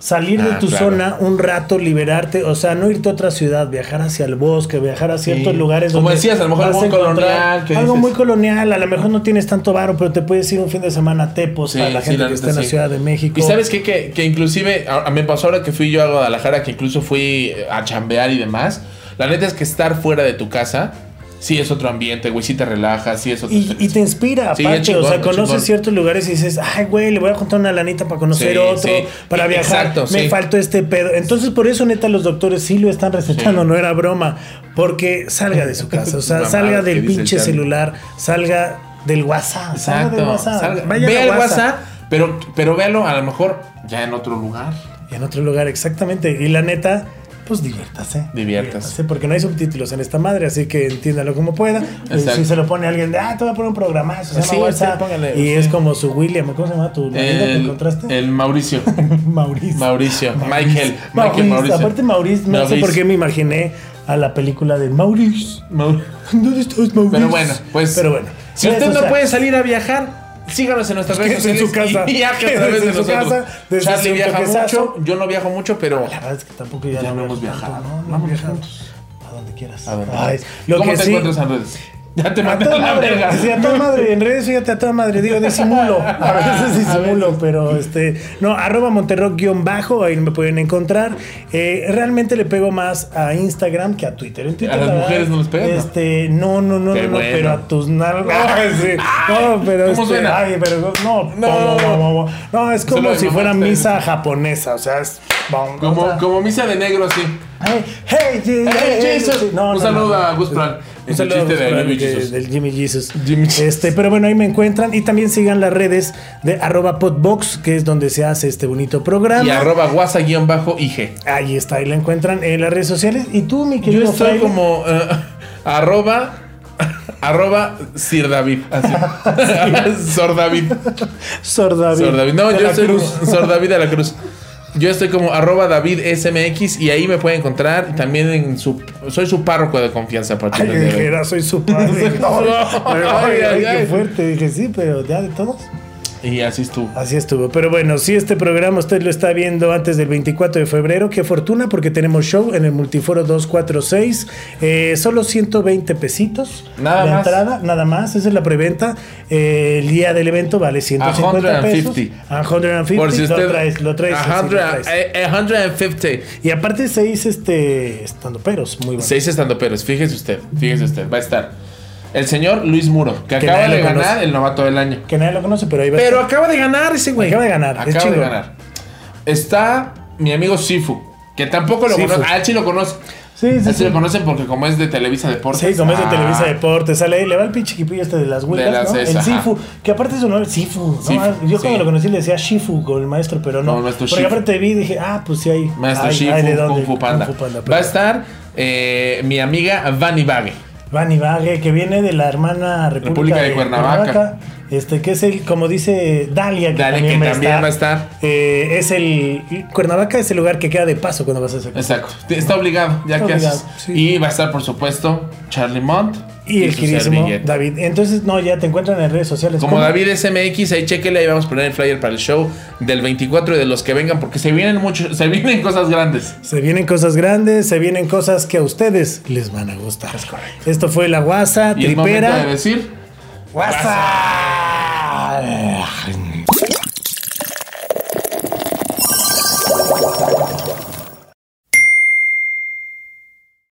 Speaker 2: salir de
Speaker 1: Ah,
Speaker 2: tu
Speaker 1: claro.
Speaker 2: zona un rato, liberarte, o sea, no irte a otra ciudad, viajar hacia el bosque, viajar a ciertos
Speaker 1: Sí.
Speaker 2: lugares.
Speaker 1: Como
Speaker 2: donde
Speaker 1: decías, a lo mejor
Speaker 2: vas
Speaker 1: algo muy
Speaker 2: encontrar
Speaker 1: colonial, que
Speaker 2: Algo
Speaker 1: dices-
Speaker 2: muy colonial, a lo mejor no tienes tanto varo, pero te puedes ir un fin de semana a Tepos
Speaker 1: Sí,
Speaker 2: para la
Speaker 1: sí,
Speaker 2: gente
Speaker 1: la neta,
Speaker 2: que está en la
Speaker 1: sí.
Speaker 2: Ciudad de México.
Speaker 1: Y sabes qué? que, que inclusive a, a- me pasó ahora que fui yo a Guadalajara, que incluso fui eh, a chambear y demás. La neta es que estar fuera de tu casa, sí es otro ambiente, güey, sí te relajas, sí es otro.
Speaker 2: Y, y te inspira,
Speaker 1: Sí,
Speaker 2: aparte.
Speaker 1: es chingón,
Speaker 2: o sea,
Speaker 1: es
Speaker 2: conoces
Speaker 1: chingón.
Speaker 2: ciertos lugares y dices, ay, güey, le voy a juntar una lanita para conocer
Speaker 1: Sí,
Speaker 2: otro,
Speaker 1: sí.
Speaker 2: para
Speaker 1: Y-
Speaker 2: viajar.
Speaker 1: exacto,
Speaker 2: Me
Speaker 1: sí.
Speaker 2: faltó este pedo. Entonces, por eso, neta, los doctores sí lo están recetando,
Speaker 1: Sí.
Speaker 2: no era broma. Porque salga de su casa, o sea,
Speaker 1: Mamá,
Speaker 2: salga
Speaker 1: ¿qué dice
Speaker 2: del
Speaker 1: el
Speaker 2: pinche
Speaker 1: Charlie?
Speaker 2: celular, salga del WhatsApp. Salga del
Speaker 1: Exacto.
Speaker 2: WhatsApp.
Speaker 1: salga.
Speaker 2: Vaya
Speaker 1: Ve
Speaker 2: a
Speaker 1: al
Speaker 2: WhatsApp.
Speaker 1: WhatsApp, pero, pero véalo a lo mejor ya en otro lugar.
Speaker 2: Y en otro lugar, exactamente. Y la neta. Pues diviértase.
Speaker 1: Diviértase.
Speaker 2: Porque no hay subtítulos en esta madre, así que entiéndalo como pueda. Y
Speaker 1: Exacto.
Speaker 2: Si se lo pone alguien de, ah, te voy a poner un programazo, se llama
Speaker 1: Sí, sí,
Speaker 2: WhatsApp",
Speaker 1: póngale,
Speaker 2: y
Speaker 1: sí.
Speaker 2: es como su William, ¿cómo se llama tu marido que
Speaker 1: El,
Speaker 2: encontraste?
Speaker 1: el Mauricio.
Speaker 2: Mauricio.
Speaker 1: Mauricio, Michael, Michael
Speaker 2: Maurice.
Speaker 1: Mauricio.
Speaker 2: Aparte, Maurice, no sé
Speaker 1: Maurice.
Speaker 2: por qué me imaginé a la película de Maurice. ¿Dónde estás, Maurice?
Speaker 1: Pero bueno, pues.
Speaker 2: Pero bueno.
Speaker 1: Si
Speaker 2: redes
Speaker 1: usted no
Speaker 2: sociales.
Speaker 1: puede salir a viajar, síganos en nuestras redes
Speaker 2: Quédese en
Speaker 1: sociales.
Speaker 2: su casa.
Speaker 1: Y viaje a través de
Speaker 2: Quédese en su
Speaker 1: nosotros.
Speaker 2: casa, desde
Speaker 1: Charlie
Speaker 2: su
Speaker 1: viaja
Speaker 2: toquezazo.
Speaker 1: mucho. Yo no viajo mucho, pero.
Speaker 2: La verdad es que tampoco ya,
Speaker 1: Ya no
Speaker 2: veo
Speaker 1: hemos
Speaker 2: tanto,
Speaker 1: viajado.
Speaker 2: No, no
Speaker 1: Vamos
Speaker 2: hemos viajado.
Speaker 1: juntos.
Speaker 2: A donde quieras.
Speaker 1: A ver,
Speaker 2: Ay, lo
Speaker 1: ¿Cómo
Speaker 2: que
Speaker 1: te
Speaker 2: sí,
Speaker 1: encuentras en redes? Ya te
Speaker 2: A
Speaker 1: mandé a
Speaker 2: toda
Speaker 1: la
Speaker 2: madre,
Speaker 1: verga.
Speaker 2: sí, a toda madre, en redes fíjate a toda madre, digo, disimulo, a veces disimulo, pero este, no, arroba monterrock guión bajo, ahí me pueden encontrar, Eh, realmente le pego más a Instagram que a Twitter, En Twitter,
Speaker 1: A las
Speaker 2: la verdad,
Speaker 1: mujeres no les pegan, ¿no?
Speaker 2: Este, no, no, no,
Speaker 1: Qué
Speaker 2: no, no,
Speaker 1: bueno.
Speaker 2: pero a tus nalgas, Ay, sí. no, pero
Speaker 1: ¿Cómo
Speaker 2: este,
Speaker 1: suena?
Speaker 2: ay, pero no,
Speaker 1: No.
Speaker 2: como, como, como. no, es
Speaker 1: Solo
Speaker 2: como
Speaker 1: de
Speaker 2: si
Speaker 1: mamá
Speaker 2: fuera
Speaker 1: está bien.
Speaker 2: misa japonesa, o sea, es,
Speaker 1: Como, como misa de negro, así.
Speaker 2: Hey, hey, Je-
Speaker 1: Hey, Jesus.
Speaker 2: Sí,
Speaker 1: Un saludo a Gus Plan.
Speaker 2: Un
Speaker 1: Es
Speaker 2: saludo
Speaker 1: el
Speaker 2: a
Speaker 1: chiste
Speaker 2: Gus
Speaker 1: de
Speaker 2: Plan,
Speaker 1: Jimmy
Speaker 2: que-
Speaker 1: Jesus.
Speaker 2: del Jimmy Jesus.
Speaker 1: Jimmy Jesus.
Speaker 2: Este, pero bueno, ahí me encuentran. Y también sigan las redes de arroba podbox, que es donde se hace este bonito programa.
Speaker 1: Y arroba guasa-ig.
Speaker 2: Ahí está, ahí la encuentran en las redes sociales. Y tú, mi
Speaker 1: Yo
Speaker 2: querido
Speaker 1: estoy
Speaker 2: fraile?
Speaker 1: como eh, arroba arroba Sir David. Así. Sor David.
Speaker 2: Sor David.
Speaker 1: Sor David. No,
Speaker 2: de
Speaker 1: yo
Speaker 2: la
Speaker 1: estoy como
Speaker 2: Cruz.
Speaker 1: Sor David de la Cruz. Yo estoy como arroba David SMX y ahí me puede encontrar. También en su, soy su párroco de confianza a partir
Speaker 2: Ay, yo
Speaker 1: de
Speaker 2: dije,
Speaker 1: hoy.
Speaker 2: era, soy su padre. No, pero, ay, ay,
Speaker 1: Ay,
Speaker 2: qué
Speaker 1: ay.
Speaker 2: fuerte. Dije, sí, pero ya de todos.
Speaker 1: Y así estuvo.
Speaker 2: Así estuvo. Pero bueno, si este programa usted lo está viendo antes del 24 de febrero, qué fortuna, porque tenemos show en el Multiforo 246. Eh, solo 120 pesitos.
Speaker 1: Nada
Speaker 2: la
Speaker 1: más.
Speaker 2: entrada, nada más. Esa es la preventa. Eh, el día del evento vale 150 pesos.
Speaker 1: 150.
Speaker 2: 150.
Speaker 1: Por si usted.
Speaker 2: lo traes, lo traes. así,
Speaker 1: 100,
Speaker 2: lo traes.
Speaker 1: eh, 150.
Speaker 2: Y aparte, seis este, estandoperos. Muy bueno.
Speaker 1: Seis estandoperos, fíjese usted, fíjese usted, va a estar. El señor Luis Muro, que,
Speaker 2: Que
Speaker 1: acaba
Speaker 2: nadie
Speaker 1: de
Speaker 2: lo
Speaker 1: ganar
Speaker 2: conoce.
Speaker 1: el novato del año.
Speaker 2: Que nadie lo conoce, pero ahí va. a
Speaker 1: Pero
Speaker 2: estar.
Speaker 1: acaba de ganar ese güey.
Speaker 2: Acaba de ganar, es
Speaker 1: Acaba de
Speaker 2: chingón.
Speaker 1: ganar. Está mi amigo Sifu, que tampoco lo
Speaker 2: Sifu.
Speaker 1: conoce. Ah, él sí lo conoce.
Speaker 2: Sí, sí,
Speaker 1: Así
Speaker 2: sí.
Speaker 1: lo conocen porque como es de Televisa Deportes.
Speaker 2: Sí, como es de
Speaker 1: ah,
Speaker 2: Televisa Deportes, sale ahí, le va el pinche equipillo este de las huelgas,
Speaker 1: las
Speaker 2: ¿no?
Speaker 1: de
Speaker 2: el
Speaker 1: esas, ajá.
Speaker 2: Sifu, que aparte es un nombre, Sifu, ¿no?
Speaker 1: Sifu,
Speaker 2: Ah, Yo
Speaker 1: sí.
Speaker 2: cuando lo conocí le decía Shifu con el maestro, pero no.
Speaker 1: No, el maestro
Speaker 2: Porque
Speaker 1: Shifu.
Speaker 2: aparte vi y dije, ah, pues sí hay.
Speaker 1: Maestro
Speaker 2: hay-
Speaker 1: Shifu,
Speaker 2: hay de
Speaker 1: Kung
Speaker 2: dónde,
Speaker 1: Fu Panda.
Speaker 2: Kung Fu Panda,
Speaker 1: Va a
Speaker 2: pero-
Speaker 1: estar eh, mi amiga Vanny Vague.
Speaker 2: Vani Vague, que viene de la hermana República,
Speaker 1: República de Cuernavaca.
Speaker 2: Este, que es el, como dice Dalia, que
Speaker 1: Dale,
Speaker 2: también,
Speaker 1: que
Speaker 2: va,
Speaker 1: también
Speaker 2: a
Speaker 1: va a
Speaker 2: estar.
Speaker 1: estar.
Speaker 2: Eh, es el. Cuernavaca es el lugar que queda de paso cuando vas a esa cosa.
Speaker 1: Exacto. Te- Está obligado, ya
Speaker 2: Está
Speaker 1: que
Speaker 2: obligado,
Speaker 1: haces.
Speaker 2: sí.
Speaker 1: Y va a estar, por supuesto, Charlie Mont.
Speaker 2: Y el
Speaker 1: su
Speaker 2: queridísimo
Speaker 1: servilleta.
Speaker 2: David. Entonces, no, ya te encuentran en redes sociales.
Speaker 1: Como
Speaker 2: ¿Cómo?
Speaker 1: David SMX, ahí chequele, ahí vamos a poner el flyer para el show del 24 y de los que vengan, porque se vienen muchos, se vienen cosas grandes.
Speaker 2: Se vienen cosas grandes, se vienen cosas que a ustedes les van a gustar.
Speaker 1: correcto.
Speaker 2: Esto fue la guasa
Speaker 1: Y es momento de
Speaker 2: tripera.
Speaker 1: decir.
Speaker 2: ¡Guasa!